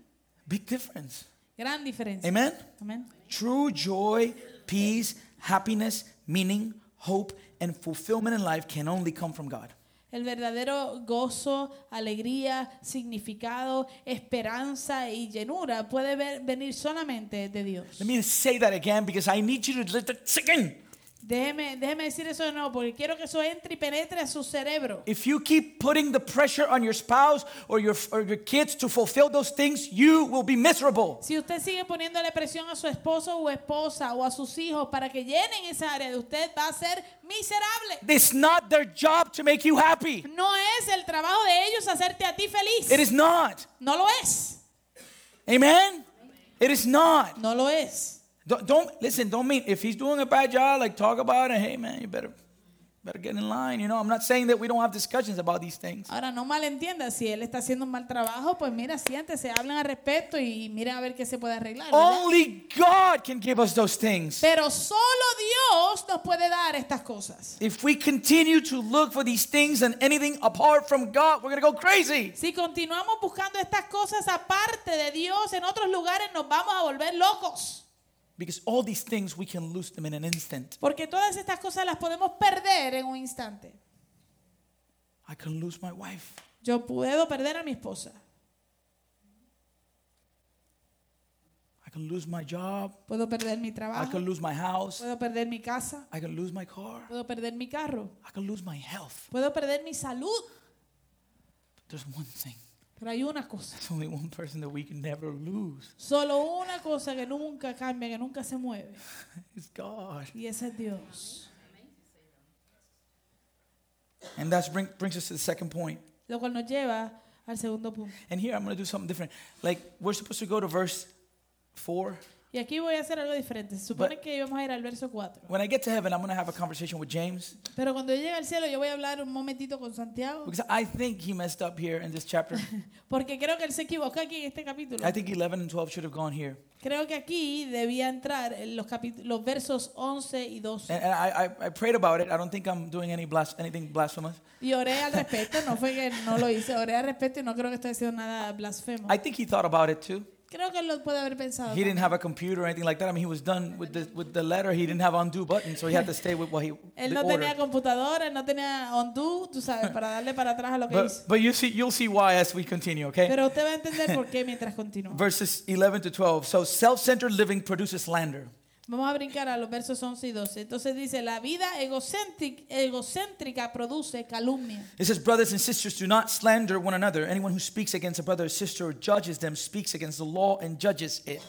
Speaker 2: Big difference.
Speaker 1: Gran diferencia.
Speaker 2: Amen.
Speaker 1: Amén.
Speaker 2: True joy, peace, happiness, meaning, hope, and fulfillment in life can only come from God.
Speaker 1: El verdadero gozo, alegría, significado, esperanza y llenura puede ver- venir solamente de Dios.
Speaker 2: Let me say that again because I need you to let that sink in.
Speaker 1: Déjeme, déjeme decir eso de nuevo porque quiero que eso entre y penetre a su cerebro.
Speaker 2: If you keep putting the pressure on your spouse or your, or your kids to fulfill those things, you will be miserable.
Speaker 1: Si usted sigue poniéndole presión a su esposo o esposa o a sus hijos para que llenen esa área de usted, va a ser miserable.
Speaker 2: It's not their job to make you happy.
Speaker 1: No es el trabajo de ellos hacerte a ti
Speaker 2: It
Speaker 1: feliz.
Speaker 2: is not.
Speaker 1: No lo es.
Speaker 2: Amen? It is not.
Speaker 1: No lo es.
Speaker 2: Don't, don't- listen, don't mean if he's doing a bad job, like talk about it. Hey man, you better better get in line. You know, I'm not saying that we don't have discussions about these things.
Speaker 1: Ahora, no malentienda, si él está haciendo un mal trabajo, pues mira, siéntese, hablen al respecto y miren a ver qué se puede arreglar. ¿verdad?
Speaker 2: Only God can give us those things.
Speaker 1: Pero solo Dios nos puede dar estas cosas.
Speaker 2: If we continue to look for these things and anything apart from God, we're gonna go crazy.
Speaker 1: Si continuamos buscando estas cosas aparte de Dios en otros lugares, nos vamos a volver locos.
Speaker 2: Because all these things we can lose them in an instant.
Speaker 1: Porque todas estas cosas las podemos perder en un instante.
Speaker 2: I can lose my wife.
Speaker 1: Yo puedo perder a mi esposa,
Speaker 2: I can lose my job.
Speaker 1: puedo perder mi
Speaker 2: I
Speaker 1: trabajo,
Speaker 2: can lose my house.
Speaker 1: puedo perder mi casa,
Speaker 2: I can lose my car.
Speaker 1: puedo perder mi carro,
Speaker 2: I can lose my health.
Speaker 1: puedo perder mi salud.
Speaker 2: But there's one thing.
Speaker 1: Pero hay una cosa.
Speaker 2: There's only one person that we can never lose.
Speaker 1: Solo una cosa que nunca cambia, que nunca se mueve,
Speaker 2: It's God.
Speaker 1: y ese es Dios.
Speaker 2: And that bring, brings us to the second point.
Speaker 1: Lo cual nos lleva al segundo punto.
Speaker 2: And here I'm going to do something different. Like, we're supposed to go to verse 4.
Speaker 1: Y aquí voy a hacer algo diferente. Se supone que íbamos a ir al verso 4.
Speaker 2: When I get to heaven, I'm going to have a conversation with James
Speaker 1: Pero cuando yo llegue al cielo, yo voy a hablar un momentito con Santiago.
Speaker 2: because I think he messed up here in this chapter.
Speaker 1: Porque creo que él se equivocó aquí en este capítulo.
Speaker 2: I think 11 and 12 should have gone here.
Speaker 1: Creo que aquí debía entrar en los, capi- los versos 11 y 12.
Speaker 2: And, and I, I, I prayed about it. I don't think I'm doing any blas- anything blasphemous.
Speaker 1: Y oré al respecto. No fue que no lo hice. Oré al respecto y no creo que estoy haciendo nada blasfemo.
Speaker 2: I think he thought about it too.
Speaker 1: Creo que él lo puede haber pensado.
Speaker 2: He didn't have a computer or anything like that. I mean, he was done with the, with the letter. He didn't have undo button, so he had to stay with what he
Speaker 1: Él
Speaker 2: the
Speaker 1: no
Speaker 2: order.
Speaker 1: tenía computadora, él no tenía undo, tú sabes, para darle para atrás a lo que
Speaker 2: But,
Speaker 1: hizo.
Speaker 2: but you see, you'll see why as we continue, okay?
Speaker 1: Pero usted va a entender por qué mientras continúa.
Speaker 2: Verses 11 to 12. So self-centered living produces slander.
Speaker 1: Vamos a brincar a los versos 11 y 12. Entonces dice, la vida egocéntric- egocéntrica produce calumnia.
Speaker 2: It says, brothers and sisters, do not slander one another. Anyone who speaks against a brother or sister or judges them speaks against the law and judges it.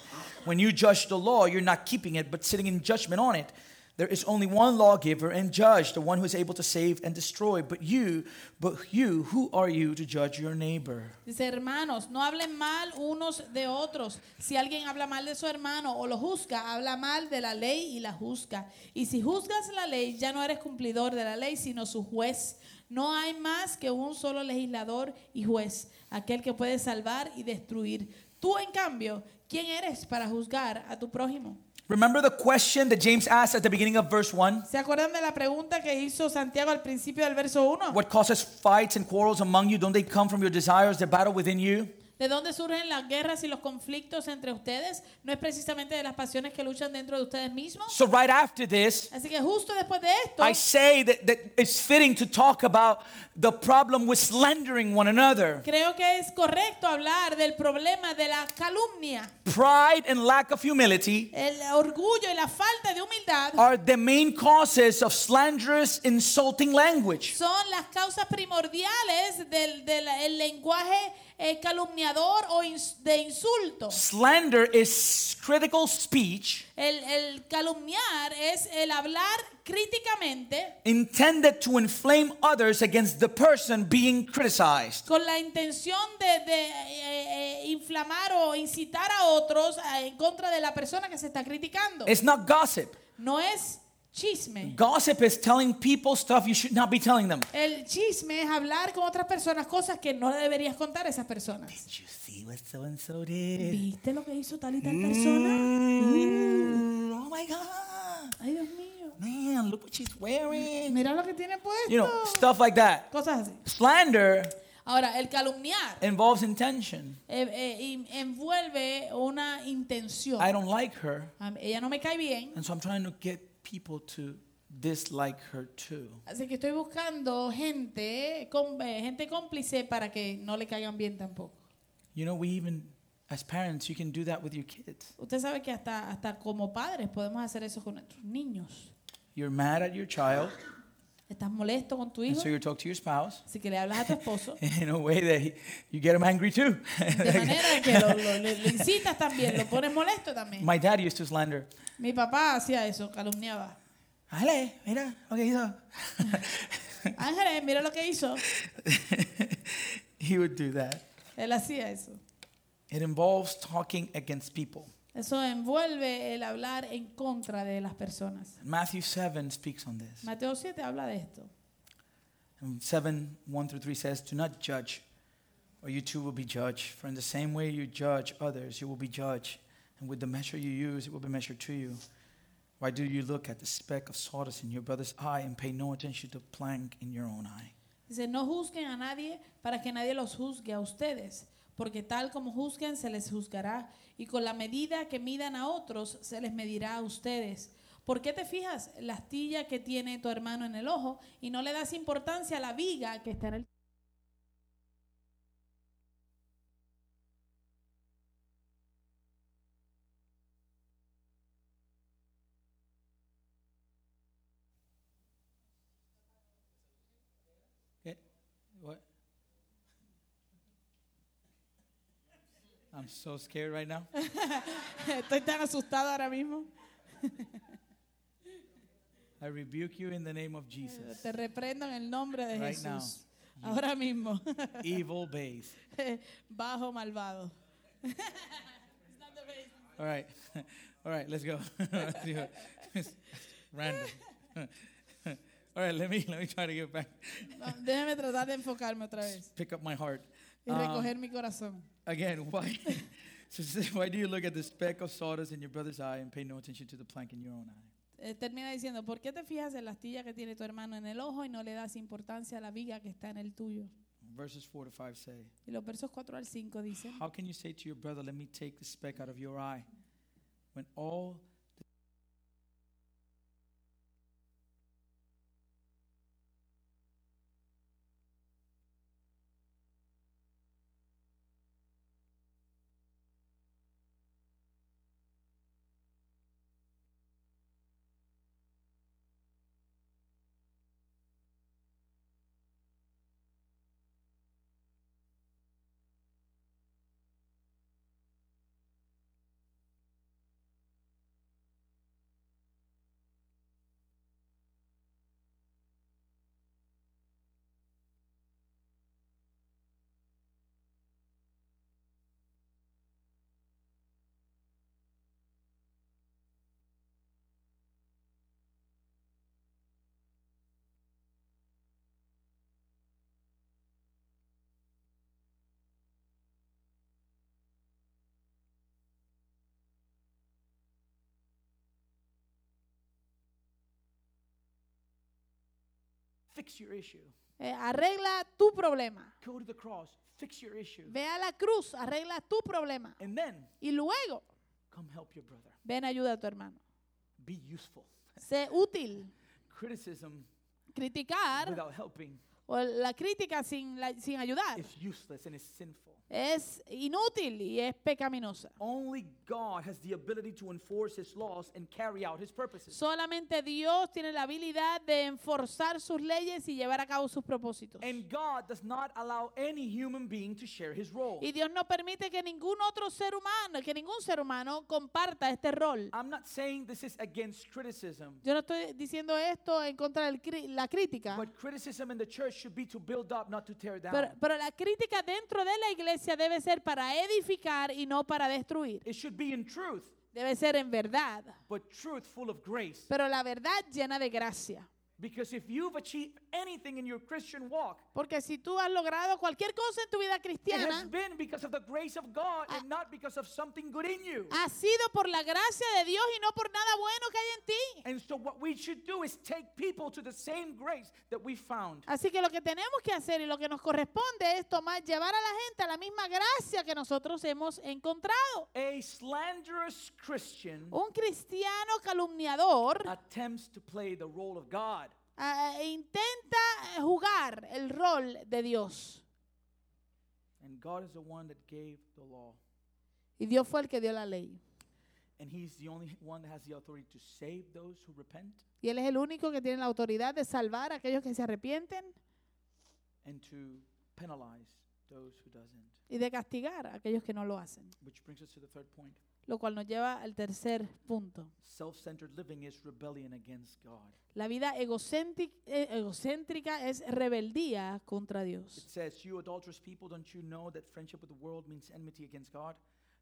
Speaker 2: When you judge the law, you're not keeping it, but sitting in judgment on it. There is only one lawgiver and judge, the one who is able to save and destroy. But you, but you, who are you to judge your neighbor?
Speaker 1: Dice, hermanos, no hablen mal unos de otros. Si alguien habla mal de su hermano o lo juzga, habla mal de la ley y la juzga. Y si juzgas la ley, ya no eres cumplidor de la ley, sino su juez. No hay más que un solo legislador y juez, aquel que puede salvar y destruir. Tú, en cambio, ¿quién eres para juzgar a tu prójimo?
Speaker 2: Remember the question that James asked at the beginning of verse 1?
Speaker 1: ¿Se acuerdan de la pregunta que hizo Santiago al principio del verso 1?
Speaker 2: What causes fights and quarrels among you? Don't they come from your desires that battle within you?
Speaker 1: ¿De dónde surgen las guerras y los conflictos entre ustedes? ¿No es precisamente de las pasiones que luchan dentro de ustedes mismos?
Speaker 2: So, right after this,
Speaker 1: Así que justo después de esto,
Speaker 2: I say that, that it's fitting to talk about the problem with slandering one another.
Speaker 1: creo que es correcto hablar del problema de la calumnia.
Speaker 2: Pride and lack of humility
Speaker 1: El orgullo y la falta de humildad
Speaker 2: are the main causes of slanderous, insulting language.
Speaker 1: son las causas primordiales del, del- el lenguaje eh, calumniador o ins- de insulto.
Speaker 2: Slander is critical speech
Speaker 1: El, el calumniar es el hablar críticamente
Speaker 2: intended to inflame others against the person being criticized.
Speaker 1: con la intención de, de, eh, eh, inflamar o incitar a otros eh, en contra de la persona que se está criticando.
Speaker 2: It's not gossip.
Speaker 1: No es chisme.
Speaker 2: Gossip is telling people stuff you should not be telling them.
Speaker 1: El chisme es hablar con otras personas cosas que no le deberías contar a esas personas.
Speaker 2: Did you see what so and so did?
Speaker 1: ¿Viste lo que hizo tal y tal persona?
Speaker 2: Mm, Oh my god.
Speaker 1: Ay, Dios mío.
Speaker 2: Man, look what she's wearing.
Speaker 1: Mira lo que tiene puesto.
Speaker 2: You know, stuff like that.
Speaker 1: Cosas así.
Speaker 2: Slander
Speaker 1: Ahora, el calumniar
Speaker 2: involves intention.
Speaker 1: eh, eh, in- envuelve una intención.
Speaker 2: I don't like her,
Speaker 1: A mí- Ella no me cae bien,
Speaker 2: and so I'm trying to get people to dislike her too.
Speaker 1: así que estoy buscando gente, con, eh, gente cómplice para que no le caigan bien tampoco.
Speaker 2: You know, we even, as parents, you can do that with your kids.
Speaker 1: Usted sabe que hasta, hasta como padres podemos hacer eso con nuestros niños.
Speaker 2: You're mad at your child,
Speaker 1: Estás molesto con tu
Speaker 2: and
Speaker 1: hijo,
Speaker 2: so you talk to your spouse
Speaker 1: así que le hablas a tu esposo.
Speaker 2: in a way that he, you get him angry too.
Speaker 1: De manera que lo, lo- le, le incitas también, lo pones molesto también.
Speaker 2: My dad used to slander.
Speaker 1: Mi papá hacía eso, calumniaba.
Speaker 2: Ale, mira lo que hizo.
Speaker 1: Ángeles, mira lo que hizo.
Speaker 2: he would do that.
Speaker 1: Él hacía eso.
Speaker 2: It involves talking against people.
Speaker 1: Eso envuelve el hablar en contra de las personas.
Speaker 2: Matthew 7 speaks on this.
Speaker 1: Mateo 7 habla de esto.
Speaker 2: And 7 1 through 3 says, Do not judge, or you too will be judged. For in the same way you judge others, you will be judged. And with the measure you use, it will be measured to you. Why do you look at the speck of sawdust in your brother's eye and pay no attention to the plank in your own eye?
Speaker 1: Dice, no juzguen a nadie para que nadie los juzgue a ustedes, porque tal como juzguen se les juzgará, y con la medida que midan a otros se les medirá a ustedes. ¿Por qué te fijas la astilla que tiene tu hermano en el ojo y no le das importancia a la viga que está en el...
Speaker 2: Okay. What? I'm so scared right now.
Speaker 1: Estoy tan asustado ahora mismo.
Speaker 2: I rebuke you in the name of Jesus.
Speaker 1: Te reprendo en el nombre de
Speaker 2: Right
Speaker 1: Jesús. Ahora mismo.
Speaker 2: Evil base.
Speaker 1: Bajo malvado.
Speaker 2: All right. All right, let's go. Let's do it. It's Random. All right, let me let me try to get back
Speaker 1: No, déjame tratar de enfocarme otra vez
Speaker 2: pick up my heart.
Speaker 1: y
Speaker 2: Um,
Speaker 1: recoger mi corazón.
Speaker 2: Again, why so it says, why do you look at the speck of sawdust in your brother's eye and pay no attention to the plank in your own eye?
Speaker 1: Eh, termina diciendo, ¿por qué te fijas en la astilla que tiene tu hermano en el ojo y no le das importancia a la viga que está en el tuyo?
Speaker 2: Verses 4 to 5 say,
Speaker 1: Y los versos 4 al 5 dicen,
Speaker 2: How can you say to your brother, let me take the speck out of your eye when all fix your issue.
Speaker 1: Eh, arregla tu problema.
Speaker 2: Go to the cross, fix your issue.
Speaker 1: Ve a la cruz, arregla tu problema.
Speaker 2: And then
Speaker 1: Y luego,
Speaker 2: come help your brother.
Speaker 1: ven ayuda a tu hermano.
Speaker 2: Be useful.
Speaker 1: Sé útil.
Speaker 2: Criticism
Speaker 1: Criticar
Speaker 2: without helping
Speaker 1: o la crítica sin, la- sin ayudar
Speaker 2: is useless and is sinful.
Speaker 1: es inútil y es pecaminosa.
Speaker 2: Only God has the ability to enforce his laws and carry out his purposes.
Speaker 1: Solamente Dios tiene la habilidad de enforzar sus leyes y llevar a cabo sus propósitos.
Speaker 2: And God does not allow any human being to share his role.
Speaker 1: Y Dios no permite que ningún otro ser humano, que ningún ser humano comparta este rol.
Speaker 2: I'm not saying this is against criticism,
Speaker 1: Yo no estoy diciendo esto en contra de la crítica,
Speaker 2: but criticism in the church should be to build up, not to tear
Speaker 1: pero,
Speaker 2: down.
Speaker 1: pero la crítica dentro de la iglesia debe ser para edificar y no para destruir.
Speaker 2: It should be in truth,
Speaker 1: Debe ser en verdad,
Speaker 2: but truth full of grace.
Speaker 1: pero la verdad llena de gracia.
Speaker 2: Because if you've achieved anything in your Christian walk,
Speaker 1: Porque si tú has logrado cualquier cosa en tu vida
Speaker 2: it has
Speaker 1: cristiana,
Speaker 2: been because of the grace of God and not because of something good in you.
Speaker 1: ha sido por la gracia de Dios y no por nada bueno que hay en ti.
Speaker 2: And so, what we should do is take people to the same grace that we found.
Speaker 1: Así que lo que tenemos que hacer y lo que nos corresponde es tomar, llevar a la gente a la misma gracia que nosotros hemos encontrado.
Speaker 2: A slanderous Christian
Speaker 1: Un cristiano calumniador
Speaker 2: Ah. attempts to play the role of God.
Speaker 1: ah, intenta eh, jugar el rol de Dios.
Speaker 2: And God is the one that gave the law.
Speaker 1: Y Dios fue el que dio la ley.
Speaker 2: And He's the only one that has the authority to save those who repent
Speaker 1: Y Él es el único que tiene la autoridad de salvar a aquellos que se arrepienten
Speaker 2: and to penalize those who doesn't.
Speaker 1: y de castigar a aquellos que no lo hacen.
Speaker 2: Which brings us to the third point.
Speaker 1: Lo cual nos lleva al tercer punto.
Speaker 2: Self-centered living is rebellion against God.
Speaker 1: La vida egocéntric- eh, egocéntrica es rebeldía contra Dios.
Speaker 2: It says, You adulterous people, don't you know that friendship with the world means enmity against God?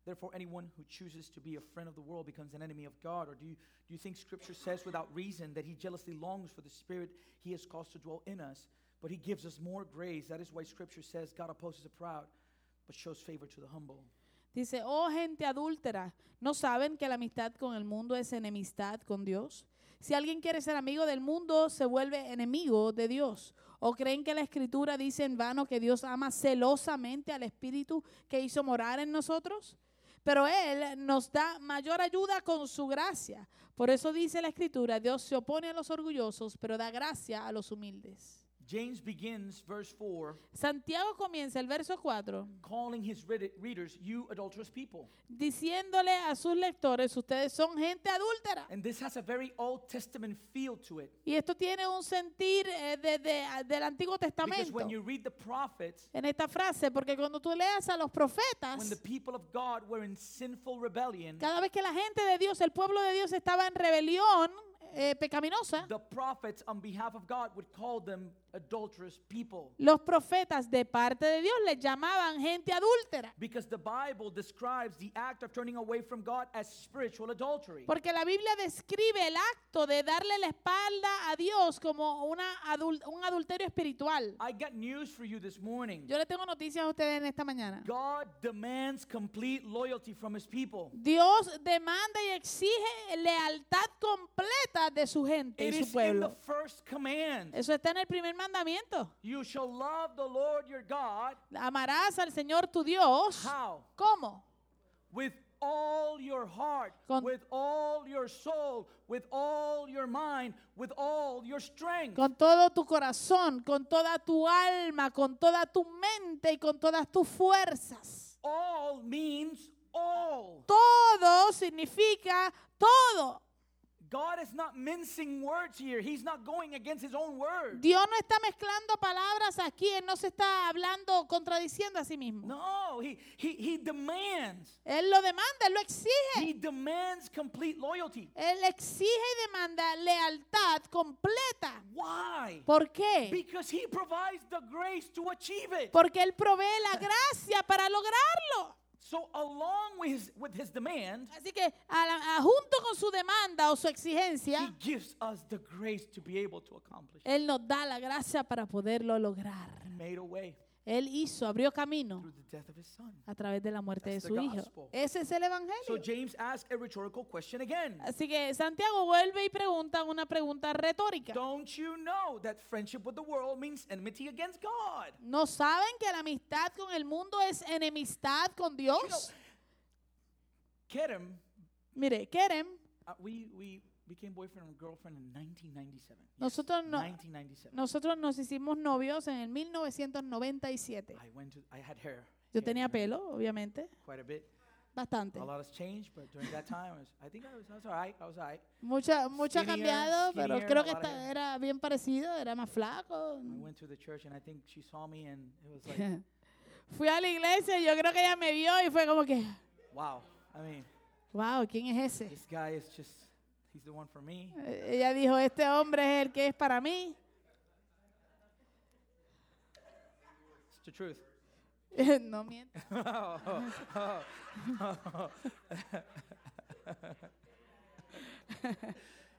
Speaker 2: Therefore, anyone who chooses to be a friend of the world becomes an enemy of God. Or do you, do you think Scripture says without reason that He jealously longs for the Spirit He has caused to dwell in us, but He gives us more grace? That is why Scripture says God opposes the proud, but shows favor to the humble.
Speaker 1: Dice, oh gente adúltera, ¿no saben que la amistad con el mundo es enemistad con Dios? Si alguien quiere ser amigo del mundo, se vuelve enemigo de Dios. ¿O creen que la escritura dice en vano que Dios ama celosamente al Espíritu que hizo morar en nosotros? Pero Él nos da mayor ayuda con su gracia. Por eso dice la escritura, Dios se opone a los orgullosos, pero da gracia a los humildes.
Speaker 2: James begins verse 4
Speaker 1: Santiago comienza el verso 4
Speaker 2: calling his read- readers, You adulterous people.
Speaker 1: diciéndole a sus lectores, ustedes son gente adúltera.
Speaker 2: And this has a very Old Testament feel to it.
Speaker 1: Y esto tiene un sentir eh, de- de- del Antiguo
Speaker 2: Because
Speaker 1: Testamento
Speaker 2: when you read the prophets,
Speaker 1: en esta frase, porque cuando tú leas a los
Speaker 2: when the
Speaker 1: profetas,
Speaker 2: people of God were in sinful rebellion,
Speaker 1: cada vez que la gente de Dios, el pueblo de Dios estaba en rebelión eh, pecaminosa,
Speaker 2: the prophets on behalf of God would call them adulterous people.
Speaker 1: los profetas de parte de Dios les llamaban gente adúltera.
Speaker 2: Because the Bible describes the act of turning away from God as spiritual adultery.
Speaker 1: Porque la Biblia describe el acto de darle la espalda a Dios como una adul- un adulterio espiritual.
Speaker 2: I got news for you this morning.
Speaker 1: Yo le tengo noticias a ustedes en esta mañana.
Speaker 2: God demands complete loyalty from his people.
Speaker 1: Dios demanda y exige lealtad completa de su gente
Speaker 2: It
Speaker 1: y su
Speaker 2: is in the
Speaker 1: pueblo.
Speaker 2: first command.
Speaker 1: Eso está en el primer mandamiento.
Speaker 2: You shall love the Lord your God.
Speaker 1: Amarás al Señor tu Dios.
Speaker 2: How?
Speaker 1: ¿Cómo?
Speaker 2: With all your heart,
Speaker 1: Con-
Speaker 2: with all your soul, with all your mind, with all your strength.
Speaker 1: Con todo tu corazón, con toda tu alma, con toda tu mente y con todas tus fuerzas.
Speaker 2: All means all.
Speaker 1: Todo significa todo.
Speaker 2: God is not mincing words here. He's not going against his own word.
Speaker 1: Dios no está mezclando palabras aquí. Él no se está hablando, contradiciendo a sí mismo.
Speaker 2: No, he, he, he demands.
Speaker 1: Él lo demanda, él lo exige.
Speaker 2: He demands complete loyalty.
Speaker 1: Él exige y demanda lealtad completa.
Speaker 2: Why?
Speaker 1: ¿Por qué?
Speaker 2: Because he provides the grace to achieve it.
Speaker 1: Porque Él provee la gracia para lograrlo.
Speaker 2: So, along with his, with his demand,
Speaker 1: Así que a la- a- junto con su demanda o su
Speaker 2: he
Speaker 1: exigencia,
Speaker 2: gives us the grace to be able to accomplish.
Speaker 1: Él nos da la gracia para poderlo lograr.
Speaker 2: Made a way.
Speaker 1: Él hizo, abrió camino
Speaker 2: through the death of his son.
Speaker 1: a través de la muerte de
Speaker 2: That's the
Speaker 1: su hijo.
Speaker 2: gospel.
Speaker 1: Ese es el
Speaker 2: So
Speaker 1: Evangelio.
Speaker 2: James asked a rhetorical question again.
Speaker 1: Así que Santiago vuelve y pregunta una pregunta retórica.
Speaker 2: Don't you know that friendship with the world means enmity against God?
Speaker 1: ¿No saben que la amistad con el mundo es enemistad con Dios?
Speaker 2: Kerem,
Speaker 1: Mire, Kerem,
Speaker 2: uh, we, we became boyfriend and girlfriend in 1997. Yes,
Speaker 1: Nosotros no-
Speaker 2: 1997.
Speaker 1: nosotros nos hicimos novios en el 1997.
Speaker 2: I went to, I had hair.
Speaker 1: Yo
Speaker 2: hair
Speaker 1: tenía pelo, obviamente,
Speaker 2: Quite a bit.
Speaker 1: bastante.
Speaker 2: A lot has changed, but during that time, I, was, I think I was, I was all right. I was all right.
Speaker 1: Mucha, mucho ha
Speaker 2: Skinnier,
Speaker 1: cambiado, pero
Speaker 2: skinnier,
Speaker 1: creo que
Speaker 2: a lot of
Speaker 1: esta-
Speaker 2: hair.
Speaker 1: era bien parecido, era más flaco.
Speaker 2: I went to the church, and I think she saw me, and it was like,
Speaker 1: Fui a la iglesia y yo creo que ella me vio y fue como que,
Speaker 2: wow. I mean,
Speaker 1: wow, ¿quién es ese?
Speaker 2: this guy is just, he's the one for me.
Speaker 1: Eh, Ella dijo, este hombre es el que es para mí.
Speaker 2: It's the truth.
Speaker 1: no miento.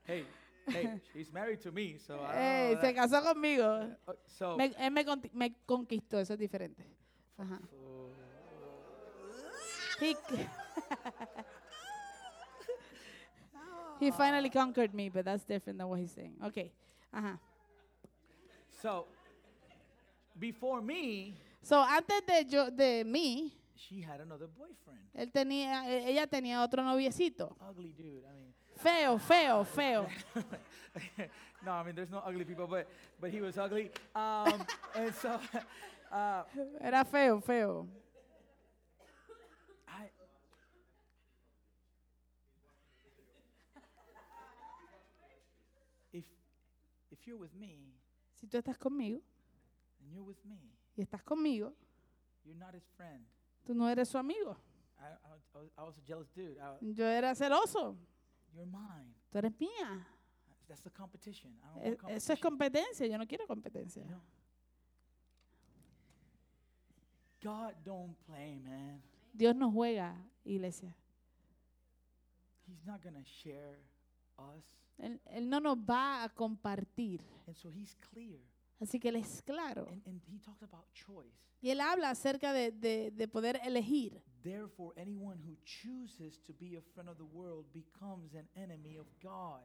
Speaker 2: hey, hey, she's married to me, so I don't
Speaker 1: Ey,
Speaker 2: know
Speaker 1: se
Speaker 2: that-
Speaker 1: casó conmigo.
Speaker 2: Uh, so
Speaker 1: Me- él me, conti- me conquistó, eso es diferente. Ajá. He, He finally conquered me, but that's different than what he's saying. Okay. Ajá.
Speaker 2: so before me,
Speaker 1: So, antes de yo de mí,
Speaker 2: she had another boyfriend.
Speaker 1: él tenía e- ella tenía otro noviecito.
Speaker 2: Ugly dude. I mean,
Speaker 1: Feo, feo, feo.
Speaker 2: no, I mean, there's no ugly people, but but he was ugly. Um, and so uh,
Speaker 1: Era feo, feo.
Speaker 2: I. If if you're with me
Speaker 1: Si tú estás conmigo
Speaker 2: and you're with me,
Speaker 1: y estás conmigo,
Speaker 2: you're not his friend.
Speaker 1: tú no eres su amigo.
Speaker 2: I, I, was- I was, I was a jealous dude. I,
Speaker 1: Yo era celoso.
Speaker 2: you're mine.
Speaker 1: Tú eres mía.
Speaker 2: That's the competition. I don't
Speaker 1: E-
Speaker 2: want competition.
Speaker 1: Eso es competencia. Yo no quiero competencia.
Speaker 2: No. God don't play, man.
Speaker 1: Dios no juega, iglesia.
Speaker 2: He's not gonna share us,
Speaker 1: Él, él no nos va a compartir.
Speaker 2: and so he's clear.
Speaker 1: Así que él es claro.
Speaker 2: And and he talked about choice.
Speaker 1: Y él habla acerca de, de- de poder elegir.
Speaker 2: Therefore, anyone who chooses to be a friend of the world becomes an enemy of God.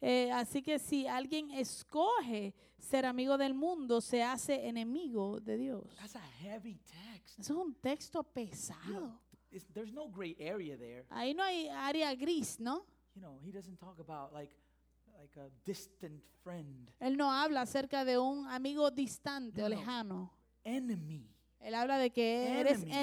Speaker 1: Eh, así que si alguien escoge ser amigo del mundo, se hace enemigo de Dios.
Speaker 2: That's a heavy text.
Speaker 1: Eso es un texto
Speaker 2: You know,
Speaker 1: pesado.
Speaker 2: it's- there's no gray area there.
Speaker 1: Ahí no hay área gris, ¿no?
Speaker 2: You know, he doesn't talk about like like a distant friend,
Speaker 1: Él no habla acerca de un amigo distante o
Speaker 2: No, no.
Speaker 1: lejano.
Speaker 2: enemy.
Speaker 1: Él habla de que eres
Speaker 2: Enemy. That-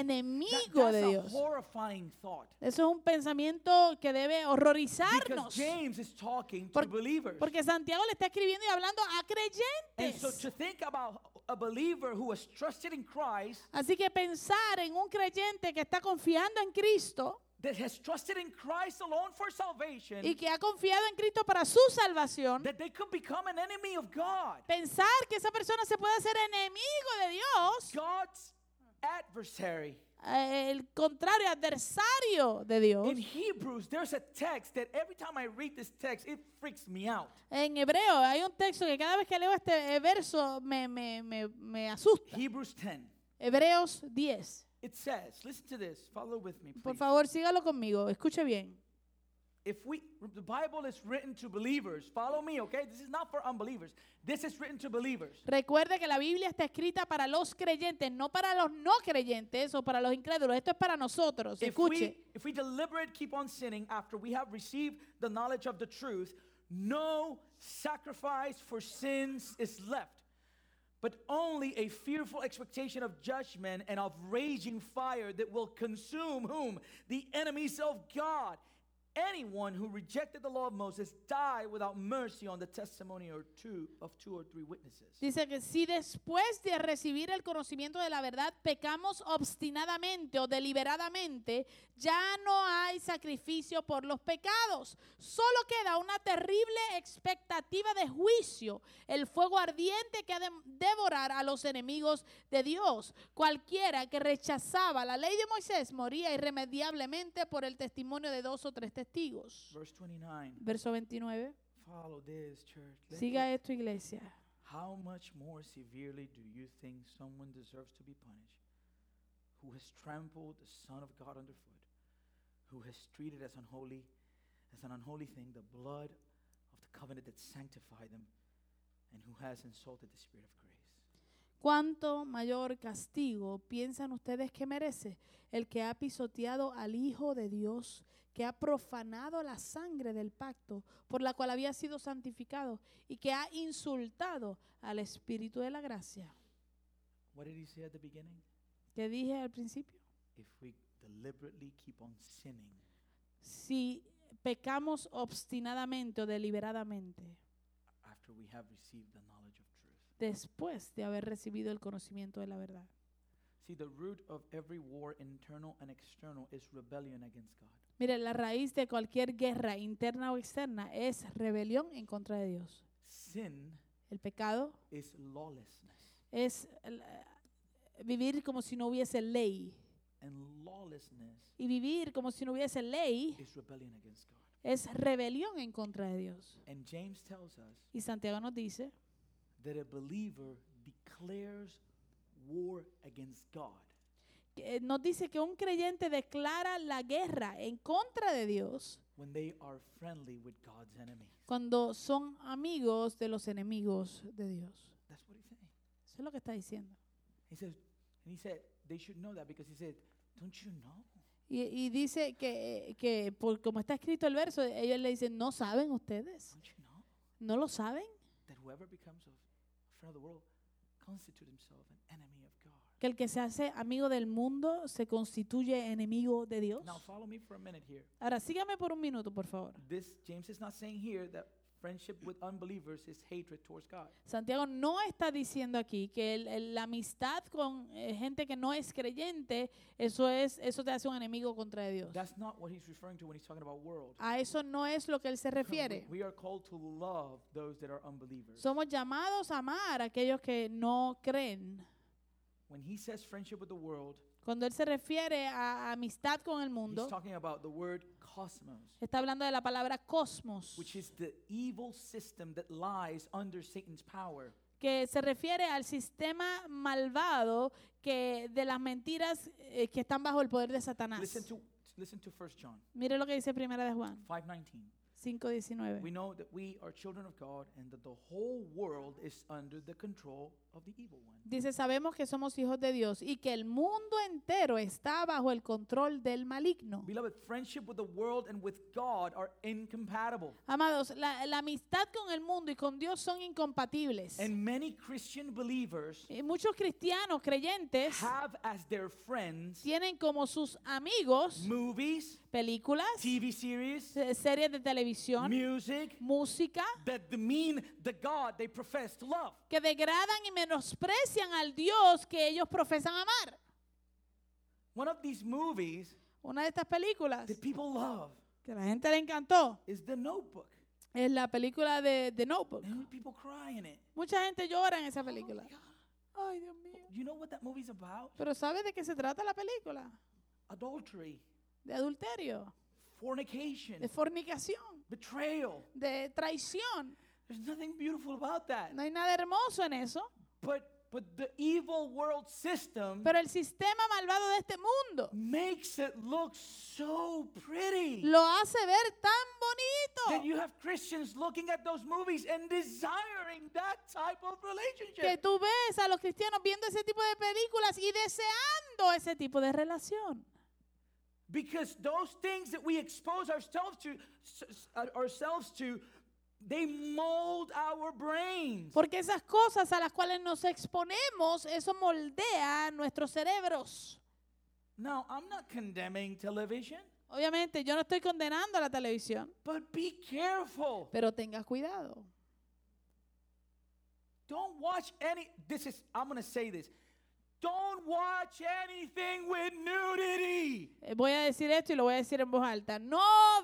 Speaker 1: enemigo
Speaker 2: that's
Speaker 1: de
Speaker 2: a
Speaker 1: Dios.
Speaker 2: horrifying thought.
Speaker 1: Eso es un pensamiento que debe
Speaker 2: Because
Speaker 1: horrorizarnos.
Speaker 2: James is talking to
Speaker 1: Por-
Speaker 2: believers.
Speaker 1: Porque Santiago le está escribiendo y hablando a
Speaker 2: and so
Speaker 1: creyentes.
Speaker 2: to think about a believer who has trusted in Christ,
Speaker 1: Así que pensar en un creyente que está confiando en Cristo
Speaker 2: that has trusted in Christ alone for salvation,
Speaker 1: y que ha confiado en Cristo para su salvación,
Speaker 2: that they could become an enemy of God.
Speaker 1: pensar que esa persona se puede hacer enemigo de Dios,
Speaker 2: God's adversary.
Speaker 1: eh, el contrario, adversario de Dios.
Speaker 2: In Hebrews, there's a text that every time I read this text, it freaks me out.
Speaker 1: En hebreo hay un texto que cada vez que leo este eh, verso me, me, me, me asusta.
Speaker 2: Hebrews 10.
Speaker 1: Hebreos 10.
Speaker 2: It says, listen to this, follow with me,
Speaker 1: Por
Speaker 2: please.
Speaker 1: favor, sígalo conmigo, escuche bien.
Speaker 2: If we, the Bible is written to believers, follow me, okay? This is not for unbelievers. This is written to believers.
Speaker 1: Recuerde que la Biblia está escrita para los creyentes, no para los no creyentes o para los incrédulos. Esto es para nosotros.
Speaker 2: If we,
Speaker 1: Escuche.
Speaker 2: if we deliberate keep on sinning after we have received the knowledge of the truth, no sacrifice for sins is left, but only a fearful expectation of judgment and of raging fire that will consume whom? The enemies of God. Anyone who rejected the law of Moses died without mercy on the testimony or two of two or three witnesses.
Speaker 1: Dice que si después de recibir el conocimiento de la verdad pecamos obstinadamente o deliberadamente, ya no hay sacrificio por los pecados. Solo queda una terrible expectativa de juicio, el fuego ardiente que ha de devorar a los enemigos de Dios. Cualquiera que rechazaba la ley de Moisés moría irremediablemente por el testimonio de dos o tres testigos.
Speaker 2: Verse 29.
Speaker 1: Verso 29.
Speaker 2: Follow this, church. Let
Speaker 1: Siga esto, iglesia.
Speaker 2: How much more severely do you think someone deserves to be punished who has trampled the Son of God underfoot, who has treated as unholy, as an unholy thing, the blood of the covenant that sanctified them, and who has insulted the Spirit of grace?
Speaker 1: ¿Cuánto mayor castigo piensan ustedes que merece el que ha pisoteado al Hijo de Dios, que ha profanado la sangre del pacto por la cual había sido santificado y que ha insultado al Espíritu de la gracia?
Speaker 2: What did he say at the beginning?
Speaker 1: Que dije al principio,
Speaker 2: If we deliberately keep on sinning,
Speaker 1: si pecamos obstinadamente o deliberadamente
Speaker 2: after we have received the knowledge of truth.
Speaker 1: después de haber recibido el conocimiento de la verdad.
Speaker 2: See, the root of every war, internal and external, is rebellion against God.
Speaker 1: Miren, la raíz de cualquier guerra interna o externa es rebelión en contra de Dios.
Speaker 2: Sin
Speaker 1: El pecado
Speaker 2: is lawlessness,
Speaker 1: es el, eh, vivir como si no hubiese ley.
Speaker 2: and lawlessness
Speaker 1: Y vivir como si no hubiese ley
Speaker 2: is rebellion against God.
Speaker 1: es rebelión en contra de Dios.
Speaker 2: And James tells us
Speaker 1: Y Santiago nos dice
Speaker 2: that a believer declares war against God
Speaker 1: que, eh, nos dice que un creyente declara la guerra en contra de Dios
Speaker 2: when they are friendly with God's enemies.
Speaker 1: cuando son amigos de los enemigos de Dios.
Speaker 2: That's what he's saying.
Speaker 1: Eso es lo que está diciendo.
Speaker 2: He says, and he said, they should know that because he said, don't you know?
Speaker 1: Y, y dice que, eh, que por como está escrito el verso, ellos le dicen, no saben ustedes,
Speaker 2: Don't you know
Speaker 1: no lo saben,
Speaker 2: that whoever becomes a friend of the world constitute himself an enemy of God?
Speaker 1: que el que se hace amigo del mundo se constituye enemigo de Dios.
Speaker 2: Now follow me for a minute here.
Speaker 1: Ahora sígame por un minuto, por favor.
Speaker 2: This James is not saying here that friendship with unbelievers is hatred towards God.
Speaker 1: Santiago no está diciendo aquí que el- el- la amistad con eh, gente que no es creyente, eso es eso te hace un enemigo contra de Dios.
Speaker 2: That's not what he's referring to when he's talking about world.
Speaker 1: A eso no es lo que él Ah, se
Speaker 2: We,
Speaker 1: refiere.
Speaker 2: we are called to love those that are unbelievers.
Speaker 1: Somos llamados a amar a aquellos que no creen.
Speaker 2: When he says friendship with the world,
Speaker 1: Cuando él se refiere a amistad con el
Speaker 2: he's
Speaker 1: mundo,
Speaker 2: talking about the word cosmos,
Speaker 1: está hablando de la palabra cosmos,
Speaker 2: which is the evil system that lies under Satan's power.
Speaker 1: que se refiere al sistema malvado que de las mentiras eh, que están bajo el poder de
Speaker 2: Listen
Speaker 1: Satanás.
Speaker 2: to listen to 1 John
Speaker 1: Mire lo que dice Primera de Juan
Speaker 2: 5:19. We
Speaker 1: 5:19.
Speaker 2: know that we are children of God and that the whole world is under the control of the evil one.
Speaker 1: Dice, sabemos que somos hijos de Dios y que el mundo entero está bajo el control del maligno.
Speaker 2: Beloved, friendship with the world and with God are incompatible.
Speaker 1: Amados, la, la amistad con el mundo y con Dios son incompatibles.
Speaker 2: And many Christian believers
Speaker 1: Y muchos cristianos creyentes
Speaker 2: have as their friends
Speaker 1: tienen como sus amigos
Speaker 2: movies,
Speaker 1: películas,
Speaker 2: TV series,
Speaker 1: se- series de televisión,
Speaker 2: music
Speaker 1: música,
Speaker 2: that demean the God they profess to love.
Speaker 1: que degradan y menosprecian al Dios que ellos profesan amar.
Speaker 2: One of these movies
Speaker 1: Una de estas películas
Speaker 2: that people love
Speaker 1: que a la gente le encantó
Speaker 2: is The Notebook.
Speaker 1: es la película de, de Notebook.
Speaker 2: And people cry in it.
Speaker 1: Mucha gente llora en esa película. Ay, Dios mío.
Speaker 2: You know what that movie's about?
Speaker 1: Pero ¿sabes de qué se trata la película?
Speaker 2: Adultery,
Speaker 1: De adulterio, de
Speaker 2: fornication,
Speaker 1: fornicación,
Speaker 2: betrayal.
Speaker 1: de traición.
Speaker 2: There's nothing beautiful about that.
Speaker 1: No hay nada hermoso en eso.
Speaker 2: But but the evil world system
Speaker 1: Pero el sistema malvado de este mundo
Speaker 2: makes it look so pretty
Speaker 1: lo hace ver tan
Speaker 2: that
Speaker 1: bonito
Speaker 2: you have Christians looking at those movies and desiring that type of
Speaker 1: que
Speaker 2: relationship.
Speaker 1: tú ves a los cristianos viendo ese tipo de películas y deseando ese tipo de relación.
Speaker 2: Because those things that we expose ourselves to s- s- uh, ourselves to they mold our brains.
Speaker 1: Porque esas cosas a las cuales nos exponemos, eso moldea nuestros cerebros.
Speaker 2: Now, I'm not condemning television,
Speaker 1: Obviamente, yo no estoy condenando a la televisión,
Speaker 2: but be careful.
Speaker 1: pero tengas cuidado.
Speaker 2: Don't watch any this is I'm going to say this. Don't watch anything with nudity.
Speaker 1: Eh, Voy a decir esto y lo voy a decir en voz alta. No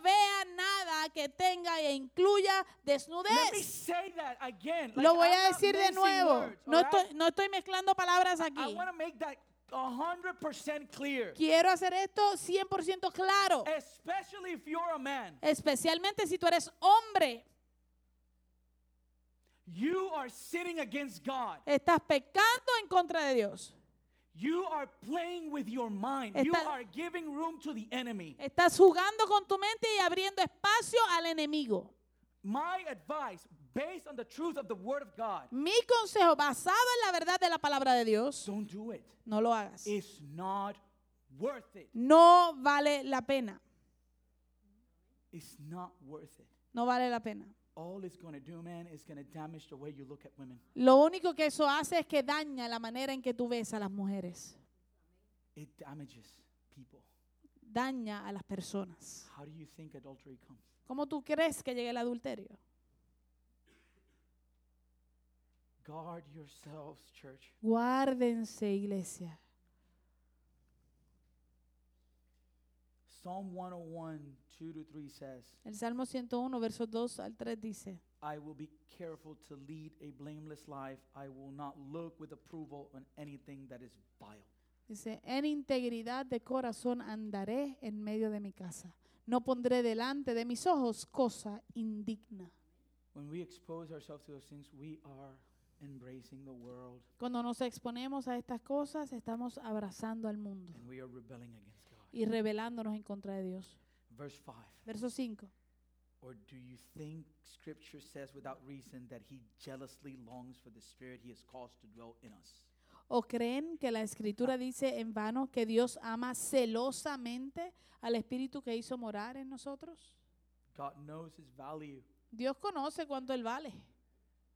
Speaker 1: vean nada que tenga e incluya
Speaker 2: Let me
Speaker 1: desnudez.
Speaker 2: say that again. Like,
Speaker 1: Lo voy
Speaker 2: I'm
Speaker 1: a
Speaker 2: not
Speaker 1: decir de
Speaker 2: mincing
Speaker 1: nuevo.
Speaker 2: words,
Speaker 1: No
Speaker 2: all right?
Speaker 1: estoy, no estoy mezclando palabras
Speaker 2: I
Speaker 1: aquí.
Speaker 2: want to make that 100% clear.
Speaker 1: Quiero hacer esto 100% claro.
Speaker 2: Especially if you're a man.
Speaker 1: Especialmente si tú eres hombre.
Speaker 2: You are sinning against God.
Speaker 1: Estás pecando en contra de Dios.
Speaker 2: You are playing with your mind. You
Speaker 1: Está-
Speaker 2: are giving room to the enemy.
Speaker 1: Estás jugando con tu mente y abriendo espacio al enemigo.
Speaker 2: My advice, based on the truth of the Word of God,
Speaker 1: Mi consejo basado en la verdad de la palabra de Dios,
Speaker 2: don't do it.
Speaker 1: no lo hagas.
Speaker 2: It's not worth it.
Speaker 1: No vale la pena.
Speaker 2: It's not worth it.
Speaker 1: No vale la pena.
Speaker 2: All it's going to do, man, is going to damage the way you look at women.
Speaker 1: Lo único que eso hace es que daña la manera en que tú ves a las mujeres.
Speaker 2: It damages people.
Speaker 1: Daña a las personas.
Speaker 2: How do you think adultery comes?
Speaker 1: ¿Cómo tú crees que llegue el adulterio?
Speaker 2: Guard yourselves, church.
Speaker 1: Guárdense, iglesia.
Speaker 2: Psalm 101, 2 to 3 says,
Speaker 1: El Salmo 101, versos 2 al 3 dice,
Speaker 2: I will be careful to lead a blameless life. I will not look with approval on anything that is vile.
Speaker 1: dice, en integridad de corazón andaré en medio de mi casa. No pondré delante de mis ojos cosa indigna.
Speaker 2: When we expose ourselves to those things, we are embracing the world
Speaker 1: Cuando nos exponemos a estas cosas, estamos abrazando al mundo
Speaker 2: and we are rebelling against God.
Speaker 1: y rebelándonos en contra de Dios.
Speaker 2: Verse 5
Speaker 1: Verso 5.
Speaker 2: Or do you think Scripture says without reason that He jealously longs for the Spirit He has caused to dwell in us?
Speaker 1: ¿O creen que la escritura dice en vano que Dios ama celosamente al Espíritu que hizo morar en nosotros?
Speaker 2: God knows His value,
Speaker 1: Dios conoce cuánto Él vale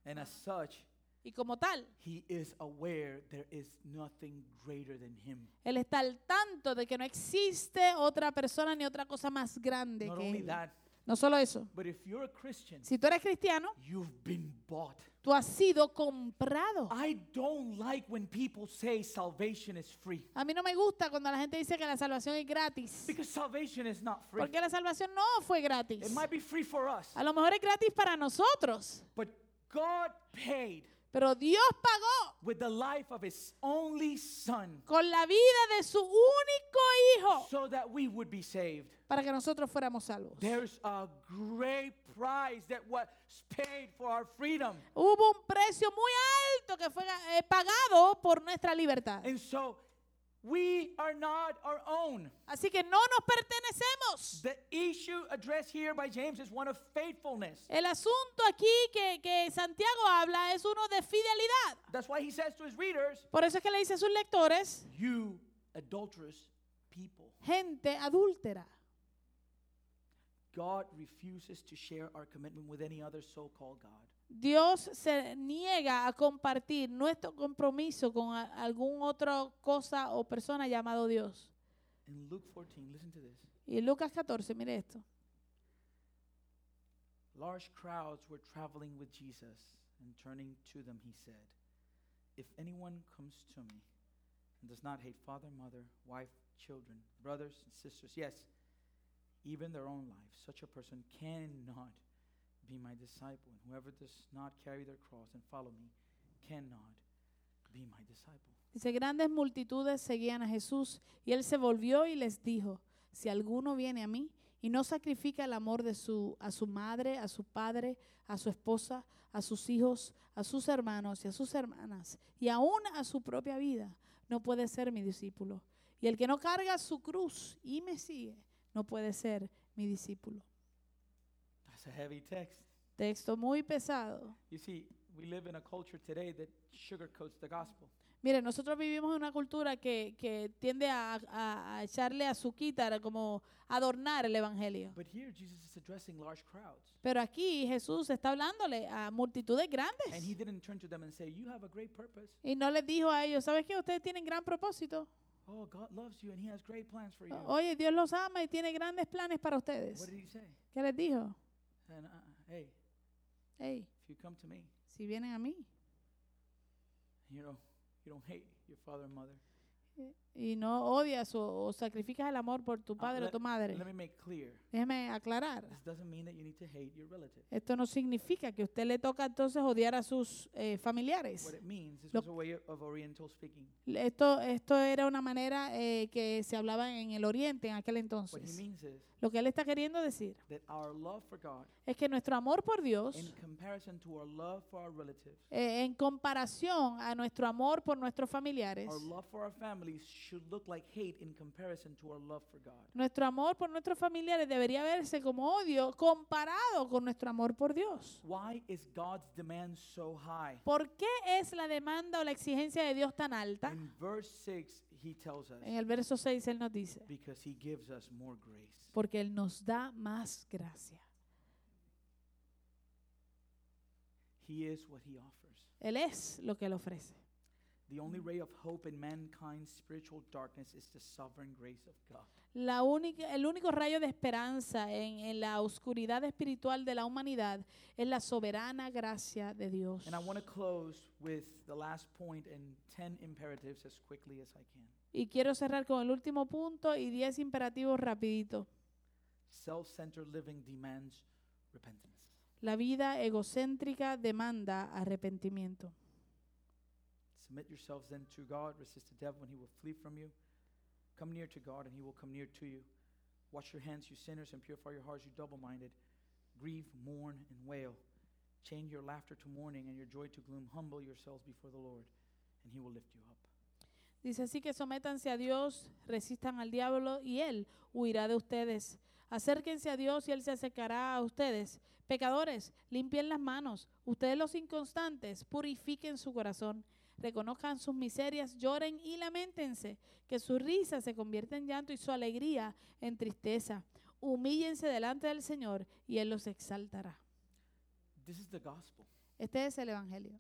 Speaker 2: and as such,
Speaker 1: y como tal,
Speaker 2: He is aware there is nothing greater than Him.
Speaker 1: Él está al tanto de que no existe otra persona ni otra cosa más grande
Speaker 2: Not
Speaker 1: que
Speaker 2: only
Speaker 1: Él.
Speaker 2: that,
Speaker 1: No solo eso.
Speaker 2: but if you're a Christian,
Speaker 1: Si tú eres cristiano,
Speaker 2: you've been bought.
Speaker 1: tú has sido comprado.
Speaker 2: I don't like when people say salvation is free
Speaker 1: A mí no me gusta cuando la gente dice que la salvación es gratis.
Speaker 2: because salvation is not free.
Speaker 1: Porque la salvación no fue gratis.
Speaker 2: It might be free for us,
Speaker 1: A lo mejor es gratis para nosotros,
Speaker 2: but God paid
Speaker 1: pero Dios pagó
Speaker 2: with the life of His only Son
Speaker 1: con la vida de su único hijo
Speaker 2: so that we would be saved.
Speaker 1: para que nosotros fuéramos salvos.
Speaker 2: There's a great price that was paid for our freedom.
Speaker 1: Hubo un precio muy alto que fue eh, pagado por nuestra libertad.
Speaker 2: And so we are not our own.
Speaker 1: Así que no nos pertenecemos.
Speaker 2: The issue addressed here by James is one of faithfulness.
Speaker 1: El asunto aquí que, que Santiago habla es uno de fidelidad.
Speaker 2: That's why he says to his readers,
Speaker 1: Por eso es que le dice a sus lectores,
Speaker 2: You adulterous people.
Speaker 1: gente adúltera.
Speaker 2: God refuses to share our commitment with any other so called God.
Speaker 1: Dios se niega a compartir nuestro compromiso con a- algún otra cosa o persona llamado Dios.
Speaker 2: In Luke 14, listen to this.
Speaker 1: Y Lucas 14, mire esto.
Speaker 2: Large crowds were traveling with Jesus, and turning to them, he said, If anyone comes to me and does not hate father, mother, wife, children, brothers, and sisters, yes, even their own life, such a person cannot be my disciple. And whoever does not carry their cross and follow me cannot be my disciple.
Speaker 1: Dice, grandes multitudes seguían a Jesús y él se volvió y les dijo, si alguno viene a mí y no sacrifica el amor de su, a su madre, a su padre, a su esposa, a sus hijos, a sus hermanos y a sus hermanas, y aún a su propia vida, no puede ser mi discípulo. Y el que no carga su cruz y me sigue, no puede ser mi discípulo.
Speaker 2: That's a heavy text.
Speaker 1: Texto muy pesado.
Speaker 2: You see, we live in a culture today that sugarcoats the gospel.
Speaker 1: Mire, nosotros vivimos en una cultura que, que tiende a, a- a echarle a su quítara, como adornar el evangelio.
Speaker 2: But here, Jesus is addressing large crowds.
Speaker 1: Pero aquí Jesús está hablándole a multitudes
Speaker 2: And he
Speaker 1: grandes.
Speaker 2: didn't turn to them and say, You have a great purpose.
Speaker 1: Y no les dijo a ellos, ¿sabes qué? Ustedes tienen gran propósito.
Speaker 2: Oh, God loves you and he has great plans for you.
Speaker 1: Oye, Dios los ama y tiene grandes planes para
Speaker 2: What
Speaker 1: ustedes.
Speaker 2: did he say?
Speaker 1: ¿Qué les dijo?
Speaker 2: And uh, hey,
Speaker 1: Hey,
Speaker 2: if you come to me,
Speaker 1: si vienen a mí
Speaker 2: you know, you don't hate your father and mother.
Speaker 1: y no odias o, o sacrificas el amor por tu
Speaker 2: Ah,
Speaker 1: padre o
Speaker 2: let-
Speaker 1: tu madre,
Speaker 2: Let me make clear.
Speaker 1: déjeme aclarar.
Speaker 2: This doesn't mean that you need to hate your relative.
Speaker 1: Esto no significa que a usted le toca entonces odiar a sus eh, familiares.
Speaker 2: What it means, this
Speaker 1: Lo-
Speaker 2: was a way of Oriental speaking.
Speaker 1: Esto, esto era una manera eh, que se hablaba en el Oriente en aquel
Speaker 2: What he Pues,
Speaker 1: entonces.
Speaker 2: means is,
Speaker 1: Lo que él está queriendo decir
Speaker 2: that our love for God,
Speaker 1: es que nuestro amor por Dios,
Speaker 2: in comparison to our love for our relatives,
Speaker 1: eh, en comparación a nuestro amor por nuestros familiares,
Speaker 2: our love for our families should look like hate in comparison to our love for God.
Speaker 1: nuestro amor por nuestros familiares debería verse como odio comparado con nuestro amor por Dios.
Speaker 2: Why is God's demand so high?
Speaker 1: ¿Por qué es la demanda o la exigencia de Dios tan alta?
Speaker 2: In verse 6, he tells us,
Speaker 1: En el verso 6 él nos dice,
Speaker 2: because he gives us more grace.
Speaker 1: porque él nos da más gracia.
Speaker 2: He is what he offers.
Speaker 1: Él es lo que él ofrece.
Speaker 2: The only ray of hope in mankind's spiritual darkness is the sovereign grace of God.
Speaker 1: La única, el único rayo de esperanza en, en la oscuridad espiritual de la humanidad es la soberana gracia de Dios.
Speaker 2: And I want to close with the last point and 10 imperatives as quickly as I can.
Speaker 1: Y quiero cerrar con el último punto y 10 imperativos rapidito.
Speaker 2: Self-centered living demands repentance.
Speaker 1: La vida egocéntrica demanda arrepentimiento.
Speaker 2: Submit yourselves then to God, resist the devil, and he will flee from you. Come near to God, and he will come near to you. Wash your hands, you sinners, and purify your hearts, you double minded. Grieve, mourn, and wail. Change your laughter to mourning and your joy to gloom. Humble yourselves before the Lord, and he will lift you up.
Speaker 1: Dice así que sométanse a Dios, resistan al diablo y él huirá de ustedes. Acérquense a Dios y él se acercará a ustedes. Pecadores, limpien las manos. Ustedes los inconstantes, purifiquen su corazón. Reconozcan sus miserias, lloren y lamentense. Que su risa se convierta en llanto y su alegría en tristeza. Humíllense delante del Señor y él los exaltará.
Speaker 2: This is the gospel.
Speaker 1: Este es el Evangelio.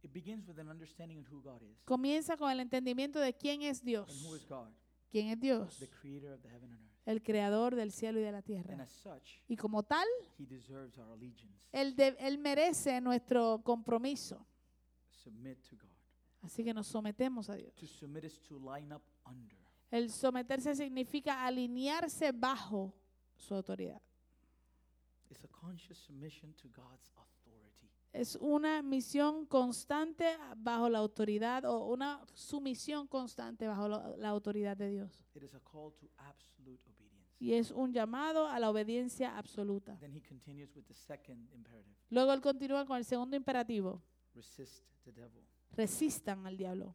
Speaker 2: It begins with an understanding of who God is
Speaker 1: Comienza con el entendimiento de quién es
Speaker 2: and who is
Speaker 1: Dios.
Speaker 2: God,
Speaker 1: ¿Quién es Dios?
Speaker 2: the creator of the heaven and earth.
Speaker 1: El creador del cielo y de la
Speaker 2: And
Speaker 1: tierra.
Speaker 2: as such,
Speaker 1: Y como tal,
Speaker 2: he deserves our allegiance.
Speaker 1: él, de- él merece nuestro compromiso.
Speaker 2: Submit to God.
Speaker 1: Así que nos sometemos a Dios.
Speaker 2: To submit is to line up under.
Speaker 1: El someterse significa alinearse bajo su autoridad.
Speaker 2: It's a conscious submission to God's authority.
Speaker 1: Es una misión constante bajo la autoridad o una sumisión constante bajo la, la autoridad de Dios.
Speaker 2: It is a call to absolute obedience.
Speaker 1: Y es un llamado a la obediencia absoluta.
Speaker 2: Then he continues with the second imperative
Speaker 1: Luego él continúa con el segundo imperativo.
Speaker 2: resist the devil.
Speaker 1: Resistan al diablo.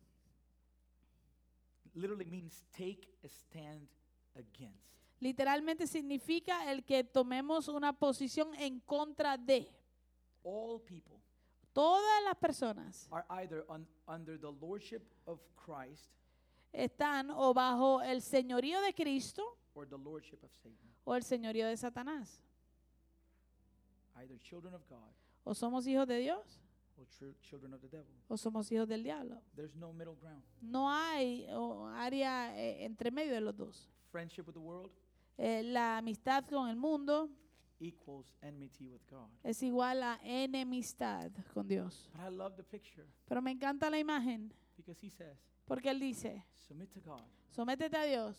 Speaker 2: Literally means take a stand against.
Speaker 1: Literalmente significa el que tomemos una posición en contra de.
Speaker 2: All people
Speaker 1: Todas las personas
Speaker 2: are either un- under the lordship of Christ
Speaker 1: están o bajo el señorío de Cristo
Speaker 2: or the lordship of Satan,
Speaker 1: o el señorío de Satanás.
Speaker 2: either children of God
Speaker 1: O somos hijos de Dios
Speaker 2: or tru- children of the devil.
Speaker 1: o somos hijos del diablo.
Speaker 2: There's no middle ground.
Speaker 1: No hay o, área eh, entre medio de los dos.
Speaker 2: Friendship with the world
Speaker 1: Eh, la amistad con el mundo
Speaker 2: equals enmity with God.
Speaker 1: es igual a enemistad con Dios.
Speaker 2: But I love the picture
Speaker 1: Pero me encanta la imagen
Speaker 2: because he says,
Speaker 1: porque él dice,
Speaker 2: submit to God,
Speaker 1: sométete a Dios,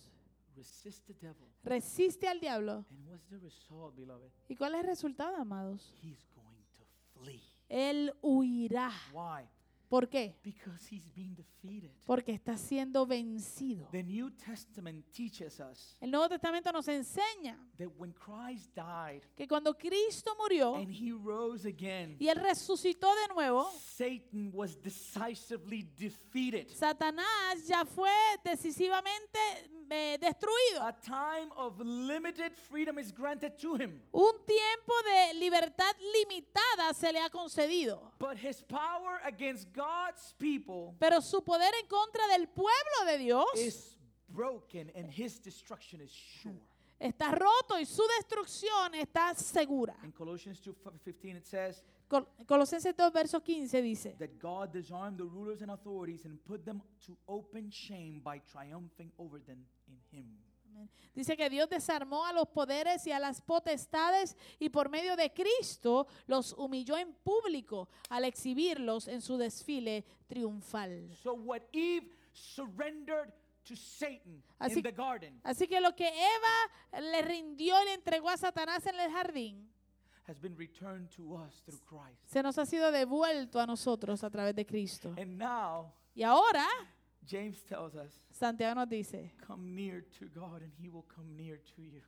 Speaker 2: resist the devil.
Speaker 1: resiste al diablo.
Speaker 2: And what's the result, beloved?
Speaker 1: ¿Y cuál es el resultado, amados?
Speaker 2: He's going to flee.
Speaker 1: Él huirá.
Speaker 2: Why?
Speaker 1: ¿Por qué?
Speaker 2: Because he's being defeated.
Speaker 1: Porque está siendo vencido.
Speaker 2: The New Testament teaches us
Speaker 1: El Nuevo Testamento nos enseña
Speaker 2: that when Christ died
Speaker 1: que cuando Cristo murió
Speaker 2: and he rose again,
Speaker 1: y Él resucitó de nuevo,
Speaker 2: Satan was decisively defeated.
Speaker 1: Satanás ya fue decisivamente eh, destruido.
Speaker 2: A time of limited freedom is granted to him,
Speaker 1: Un tiempo de libertad limitada se le ha concedido.
Speaker 2: but his power against God's people
Speaker 1: Pero su poder en contra del pueblo de Dios
Speaker 2: is broken and his destruction is sure.
Speaker 1: está roto y su destrucción está segura.
Speaker 2: In Colossians 2:15 it says,
Speaker 1: Col- Colosenses 2, verso 15 dice.
Speaker 2: that God disarmed the rulers and authorities and put them to open shame by triumphing over them in Him.
Speaker 1: Amén. Dice que Dios desarmó a los poderes y a las potestades y por medio de Cristo los humilló en público al exhibirlos en su desfile triunfal.
Speaker 2: So, what Eve surrendered to Satan
Speaker 1: Así-
Speaker 2: in the garden
Speaker 1: Así que lo que Eva le rindió y le entregó a Satanás en el jardín
Speaker 2: has been returned to us through Christ. Eh.
Speaker 1: se nos ha sido devuelto a nosotros a través de Cristo.
Speaker 2: And now
Speaker 1: Y ahora
Speaker 2: James tells us,
Speaker 1: Santiago nos dice,
Speaker 2: come near to God and he will come near to you.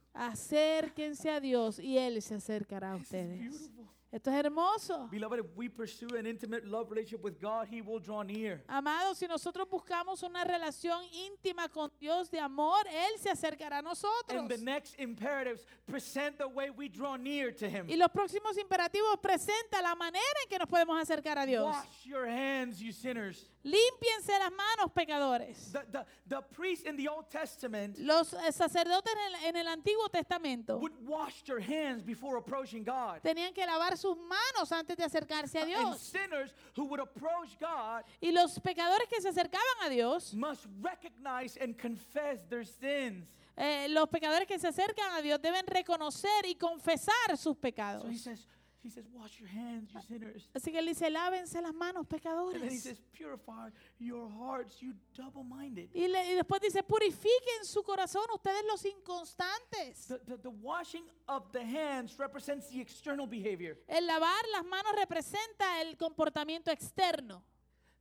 Speaker 1: acérquense a Dios y Él se acercará a
Speaker 2: This is
Speaker 1: ustedes.
Speaker 2: beautiful.
Speaker 1: Esto es hermoso.
Speaker 2: Beloved, if we pursue an intimate love relationship with God, he will draw near.
Speaker 1: Amados, si nosotros buscamos una relación íntima con Dios de amor, Él se acercará a nosotros.
Speaker 2: And the next imperatives present the way we draw near to him.
Speaker 1: Y los próximos imperativos presenta la manera en que nos podemos acercar a Dios.
Speaker 2: Wash your hands, you sinners.
Speaker 1: Límpiense las manos, pecadores.
Speaker 2: The, the, the priests in the Old Testament
Speaker 1: Los eh, sacerdotes en el, en el Antiguo Testamento
Speaker 2: would wash their hands before approaching God.
Speaker 1: tenían que lavar sus manos antes de acercarse a
Speaker 2: And
Speaker 1: Dios.
Speaker 2: sinners who would approach God
Speaker 1: Y los pecadores que se acercaban a Dios,
Speaker 2: must recognize and confess their sins.
Speaker 1: eh, los pecadores que se acercan a Dios deben reconocer y confesar sus pecados.
Speaker 2: So he says, he says, wash your hands, you sinners.
Speaker 1: Así que él dice, lávense las manos,
Speaker 2: And then he
Speaker 1: pecadores.
Speaker 2: says, purify your hearts, you double-minded.
Speaker 1: Y, le- y después dice, purifiquen su corazón, ustedes los inconstantes.
Speaker 2: The, the, the washing of the hands represents the external behavior.
Speaker 1: El lavar las manos representa el comportamiento externo,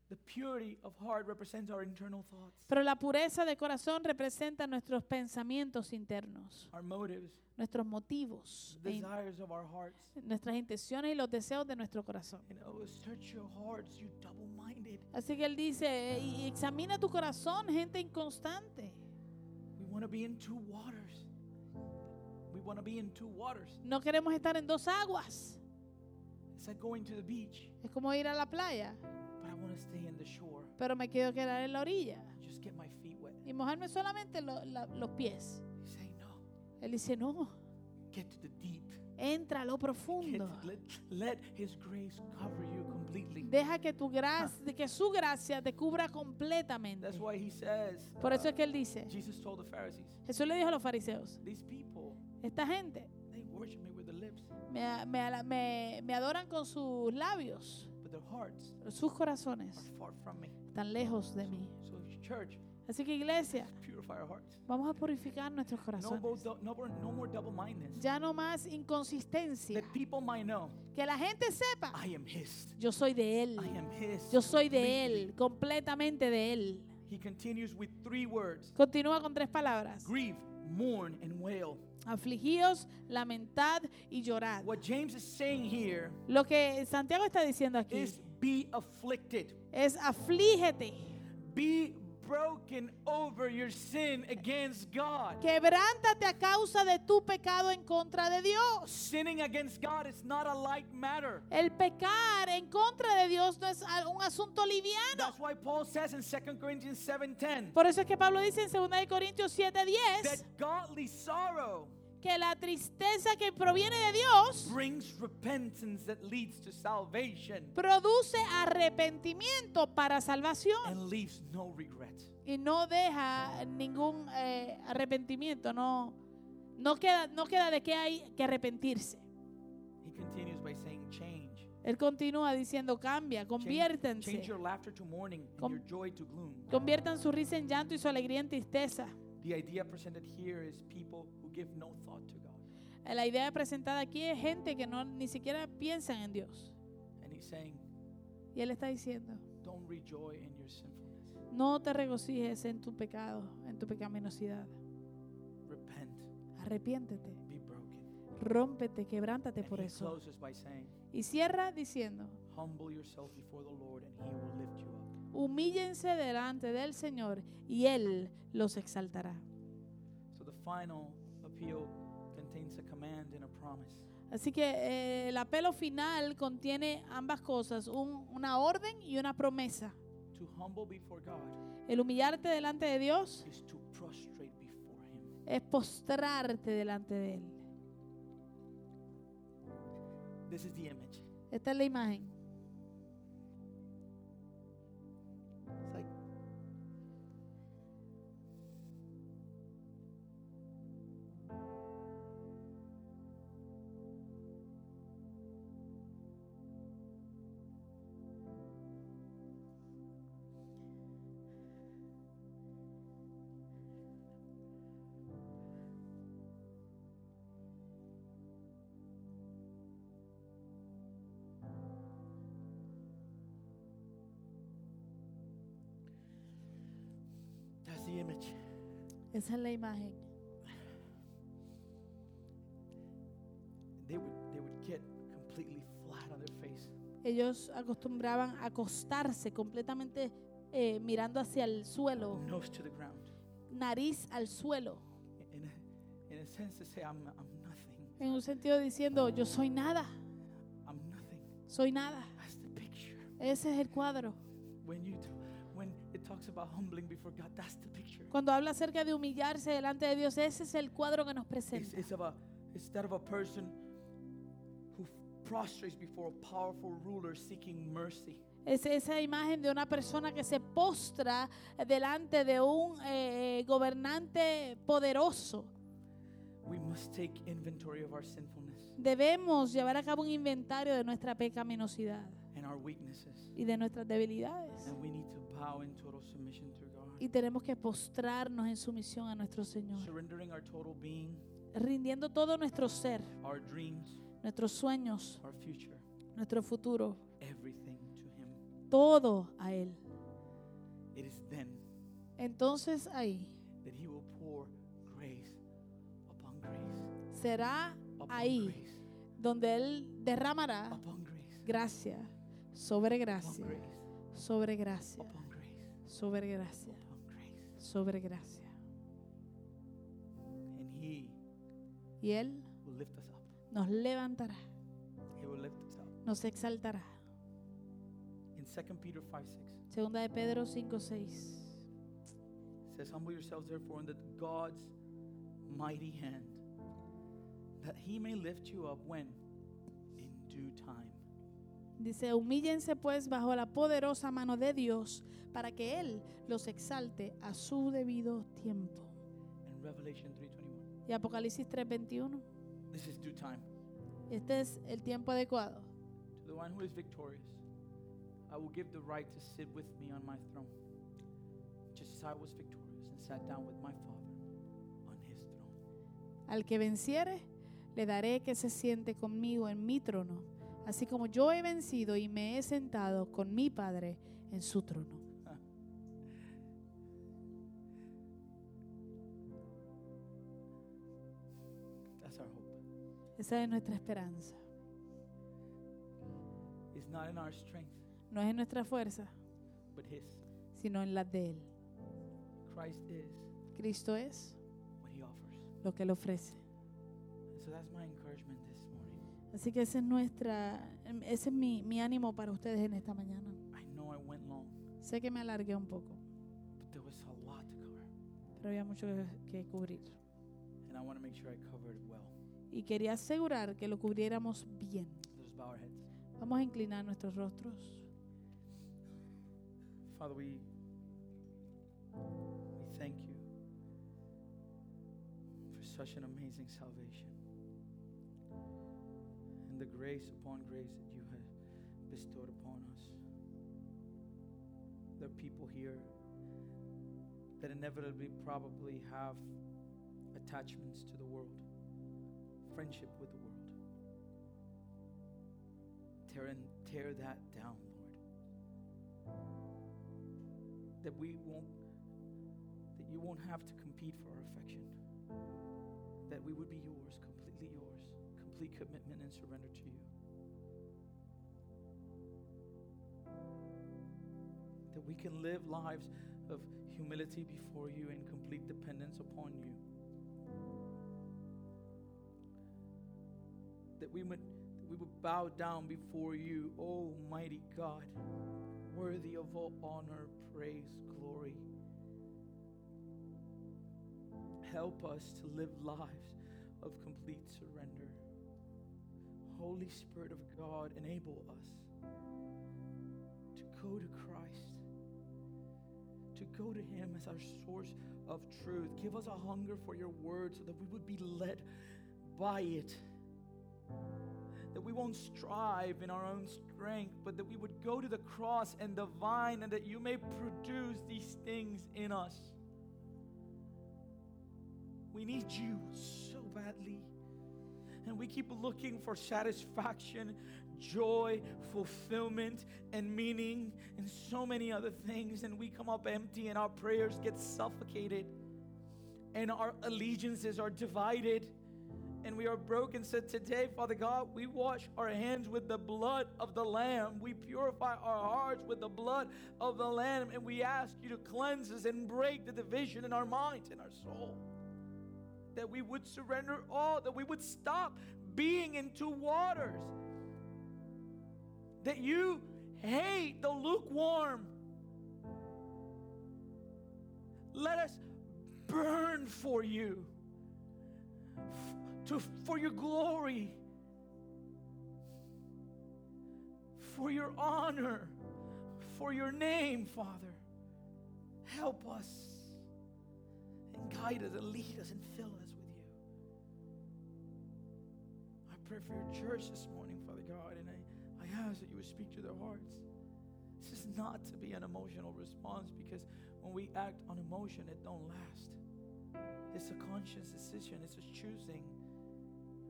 Speaker 2: The purity of heart represents our internal thoughts,
Speaker 1: pero la pureza de corazón representa nuestros pensamientos internos,
Speaker 2: our motives,
Speaker 1: nuestros motivos,
Speaker 2: the
Speaker 1: e in-
Speaker 2: desires of our hearts.
Speaker 1: nuestras intenciones y los deseos de nuestro corazón.
Speaker 2: And oh, search your hearts, you double-minded.
Speaker 1: Así que él dice, "E- y examina tu corazón, gente inconstante.
Speaker 2: We want to be in two waters. We want to be in two waters.
Speaker 1: No queremos estar en dos aguas.
Speaker 2: It's like going to the beach,
Speaker 1: Es como ir a la playa,
Speaker 2: but I want to stay in the shore.
Speaker 1: pero me quiero quedar en la orilla
Speaker 2: Just get my feet wet.
Speaker 1: y mojarme solamente lo- la- los pies.
Speaker 2: You say no.
Speaker 1: Él dice, no,
Speaker 2: Get to the deep.
Speaker 1: entra a lo
Speaker 2: Get
Speaker 1: profundo.
Speaker 2: to- let, let His grace cover you completely.
Speaker 1: Deja que tu gracia, que su gracia te cubra completamente.
Speaker 2: Ah. That's why He says.
Speaker 1: Por eso
Speaker 2: uh,
Speaker 1: es que él dice,
Speaker 2: Jesus told the Pharisees,
Speaker 1: Jesús le dijo a los fariseos,
Speaker 2: these people,
Speaker 1: esta gente
Speaker 2: they worship me with their lips,
Speaker 1: me, a- me ala- me- me adoran con sus labios,
Speaker 2: but their hearts
Speaker 1: pero sus
Speaker 2: are
Speaker 1: corazones
Speaker 2: far from me.
Speaker 1: están lejos de mí.
Speaker 2: So, church,
Speaker 1: Así que iglesia,
Speaker 2: purify our hearts.
Speaker 1: vamos a purificar nuestros
Speaker 2: No, more
Speaker 1: corazones.
Speaker 2: dou- no, more, no more double-mindedness.
Speaker 1: Ya no más inconsistencia.
Speaker 2: That people might know,
Speaker 1: Que la gente sepa,
Speaker 2: I am His.
Speaker 1: yo soy de él.
Speaker 2: I am His.
Speaker 1: Yo soy de él,
Speaker 2: completely."
Speaker 1: completamente de él.
Speaker 2: He continues with three words
Speaker 1: Continúa con tres palabras.
Speaker 2: grieve, mourn, and wail.
Speaker 1: Afligíos, lamentad y llorad.
Speaker 2: What James is saying here
Speaker 1: Lo que Santiago está diciendo aquí
Speaker 2: is be afflicted,
Speaker 1: es aflígete,
Speaker 2: be broken over your sin against God.
Speaker 1: quebrántate a causa de tu pecado en contra de Dios.
Speaker 2: Sinning against God is not a light matter.
Speaker 1: El pecar en contra de Dios no es a- un asunto liviano.
Speaker 2: That's why Paul says in 2 Corinthians 7:10
Speaker 1: Por eso es que Pablo dice en 2 de Corintios
Speaker 2: that
Speaker 1: 7:10
Speaker 2: godly sorrow
Speaker 1: que la tristeza que proviene de Dios
Speaker 2: brings repentance that leads to salvation
Speaker 1: produce arrepentimiento para salvación
Speaker 2: and leaves no regret.
Speaker 1: y no deja ningún eh, arrepentimiento, no no queda no queda de qué hay que arrepentirse.
Speaker 2: He continues by saying change.
Speaker 1: Él continúa diciendo, cambia,
Speaker 2: Change, change
Speaker 1: conviértanse.
Speaker 2: your laughter to mourning and
Speaker 1: Com-
Speaker 2: your joy to gloom.
Speaker 1: Conviertan su risa en llanto y su alegría en tristeza.
Speaker 2: The idea presented here is people who give no thought to God.
Speaker 1: Eh, La idea presentada aquí es gente que no ni siquiera piensan en Dios.
Speaker 2: And he's saying,
Speaker 1: Y él está diciendo,
Speaker 2: don't rejoice in your sinfulness.
Speaker 1: no te regocijes en tu pecado, en tu pecaminosidad.
Speaker 2: Repent,
Speaker 1: Arrepiéntete,
Speaker 2: be broken.
Speaker 1: rómpete, quebrántate
Speaker 2: And
Speaker 1: por
Speaker 2: he
Speaker 1: eso.
Speaker 2: closes by saying,
Speaker 1: Y cierra diciendo,
Speaker 2: humble yourself before the Lord and he will lift you up.
Speaker 1: humíllense delante del Señor y Él los exaltará.
Speaker 2: So the final appeal contains a command and a promise.
Speaker 1: Así que eh, el apelo final contiene ambas cosas, un- una orden y una promesa.
Speaker 2: To humble before God
Speaker 1: El humillarte delante de Dios
Speaker 2: is to prostrate before him.
Speaker 1: es postrarte delante de Él.
Speaker 2: This is the image.
Speaker 1: Esta es la imagen.
Speaker 2: It's like
Speaker 3: image.
Speaker 1: Esa es la imagen.
Speaker 2: They would, they would get completely flat on their face.
Speaker 1: Ellos acostumbraban a acostarse completamente eh, mirando hacia el suelo,
Speaker 2: nose to the ground.
Speaker 1: nariz al suelo,
Speaker 2: In a, in a sense, they say, I'm, I'm nothing.
Speaker 1: en un sentido diciendo, yo soy nada,
Speaker 2: I'm nothing.
Speaker 1: soy nada.
Speaker 2: That's the picture.
Speaker 1: Ese es el cuadro.
Speaker 2: When you t- when it talks about humbling before God, that's the picture.
Speaker 1: Cuando habla acerca de humillarse delante de Dios, ese es el cuadro que nos
Speaker 2: It's,
Speaker 1: presenta.
Speaker 2: it's about it's that of a person who prostrates before a powerful ruler seeking mercy.
Speaker 1: Es esa imagen de una persona que se postra delante de un eh, gobernante poderoso.
Speaker 2: We must take inventory of our sinfulness
Speaker 1: Debemos llevar a cabo un inventario de nuestra pecaminosidad
Speaker 2: and our weaknesses,
Speaker 1: y de nuestras debilidades.
Speaker 2: and we need to bow in total submission to God,
Speaker 1: Y tenemos que postrarnos en sumisión a nuestro Señor,
Speaker 2: surrendering our total being,
Speaker 1: rindiendo todo nuestro ser,
Speaker 2: our dreams,
Speaker 1: nuestros sueños,
Speaker 2: our future,
Speaker 1: nuestro futuro,
Speaker 2: everything to Him.
Speaker 1: todo a Él.
Speaker 2: It is then
Speaker 1: Entonces ahí
Speaker 2: that He will pour grace upon grace,
Speaker 1: será
Speaker 2: upon
Speaker 1: Ahí.
Speaker 2: grace,
Speaker 1: donde Él derramará
Speaker 2: upon grace,
Speaker 1: gracia sobre
Speaker 2: upon
Speaker 1: gracia,
Speaker 2: grace,
Speaker 1: sobre gracia,
Speaker 2: upon grace,
Speaker 1: sobre gracia,
Speaker 2: upon grace,
Speaker 1: sobre gracia.
Speaker 2: and He
Speaker 1: Y Él
Speaker 2: will lift us up.
Speaker 1: nos levantará,
Speaker 2: He will lift us up.
Speaker 1: nos exaltará.
Speaker 2: In 2 Peter 5 6.
Speaker 1: Segunda de Pedro 5, 6.
Speaker 2: It says, Humble yourselves therefore under God's mighty hand, that he may lift you up when? In due time.
Speaker 1: Dice, humíllense pues bajo la poderosa mano de Dios para que Él los exalte a su debido tiempo.
Speaker 2: In Revelation 3.21.
Speaker 1: Y Apocalipsis 3:21.
Speaker 2: This is due time.
Speaker 1: Este es el tiempo adecuado.
Speaker 2: To the one who is victorious, I will give the right to sit with me on my throne, just as I was victorious and sat down with my Father on his throne.
Speaker 1: Al que venciere, le daré que se siente conmigo en mi trono, así como yo he vencido y me he sentado con mi Padre en su trono.
Speaker 2: That's our hope.
Speaker 1: Esa es nuestra esperanza.
Speaker 2: It's not in our strength,
Speaker 1: No es en nuestra fuerza,
Speaker 2: but his.
Speaker 1: sino en la de Él.
Speaker 2: Christ is
Speaker 1: Cristo es
Speaker 2: what he offers.
Speaker 1: lo que Él ofrece.
Speaker 2: And so that's my encouragement this morning.
Speaker 1: Así que ese es, nuestra, ese es mi, mi ánimo para ustedes en esta mañana.
Speaker 2: I know I went long,
Speaker 1: Sé que me alargué un poco,
Speaker 2: but there was a lot to cover.
Speaker 1: pero había mucho que- que cubrir.
Speaker 2: And I want to make sure I cover it well.
Speaker 1: Y quería asegurar que lo cubriéramos bien.
Speaker 2: Let's bow our heads.
Speaker 1: Vamos a inclinar nuestros rostros.
Speaker 2: Father, we, we thank you for such an amazing salvation and the grace upon grace that you have bestowed upon us. There are people here that inevitably probably have attachments to the world, friendship with the world. Tear, and tear that down, Lord. that we won't that you won't have to compete for our affection that we would be yours completely yours complete commitment and surrender to you that we can live lives of humility before you and complete dependence upon you that we would that we would bow down before you almighty god worthy of all honor, praise, glory. Help us to live lives of complete surrender. Holy Spirit of God, enable us to go to Christ, to go to Him as our source of truth. Give us a hunger for your word so that we would be led by it that we won't strive in our own strength, but that we would go to the cross and the vine, and that you may produce these things in us. We need you so badly. And we keep looking for satisfaction joy, fulfillment, and meaning, and so many other things. And we come up empty, and our prayers get suffocated, and our allegiances are divided, and we are broken. So today, Father God, we wash our hands with the blood of the Lamb. We purify our hearts with the blood of the Lamb, and we ask you to cleanse us and break the division in our minds and our soul that we would surrender all, that we would stop being in two waters, that you hate the lukewarm. Let us burn for you, f- to, for your glory, for your honor, for your name, Father. Help us and guide us and lead us and fill us with you. I pray for your church this morning, Father God, and I, I ask that you would speak to their hearts. This is not to be an emotional response because when we act on emotion, it don't last. It's a conscious decision. It's a choosing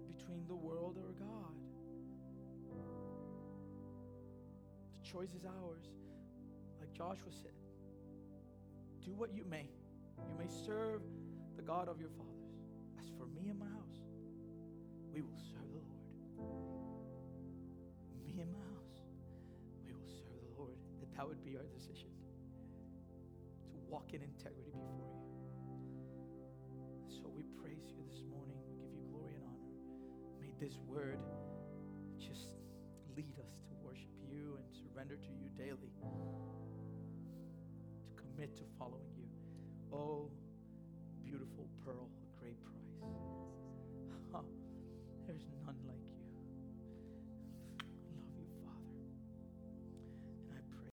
Speaker 2: between the world or God. The choice is ours. Like Joshua said, do what you may. You may serve the God of your fathers. As for me and my house, we will serve the Lord. Me and my house, we will serve the Lord. That that would be our decision to walk in integrity before you. So we praise you this morning. We give you glory and honor. May this word just lead us to worship you and surrender to you daily, to commit to following you. Oh, beautiful pearl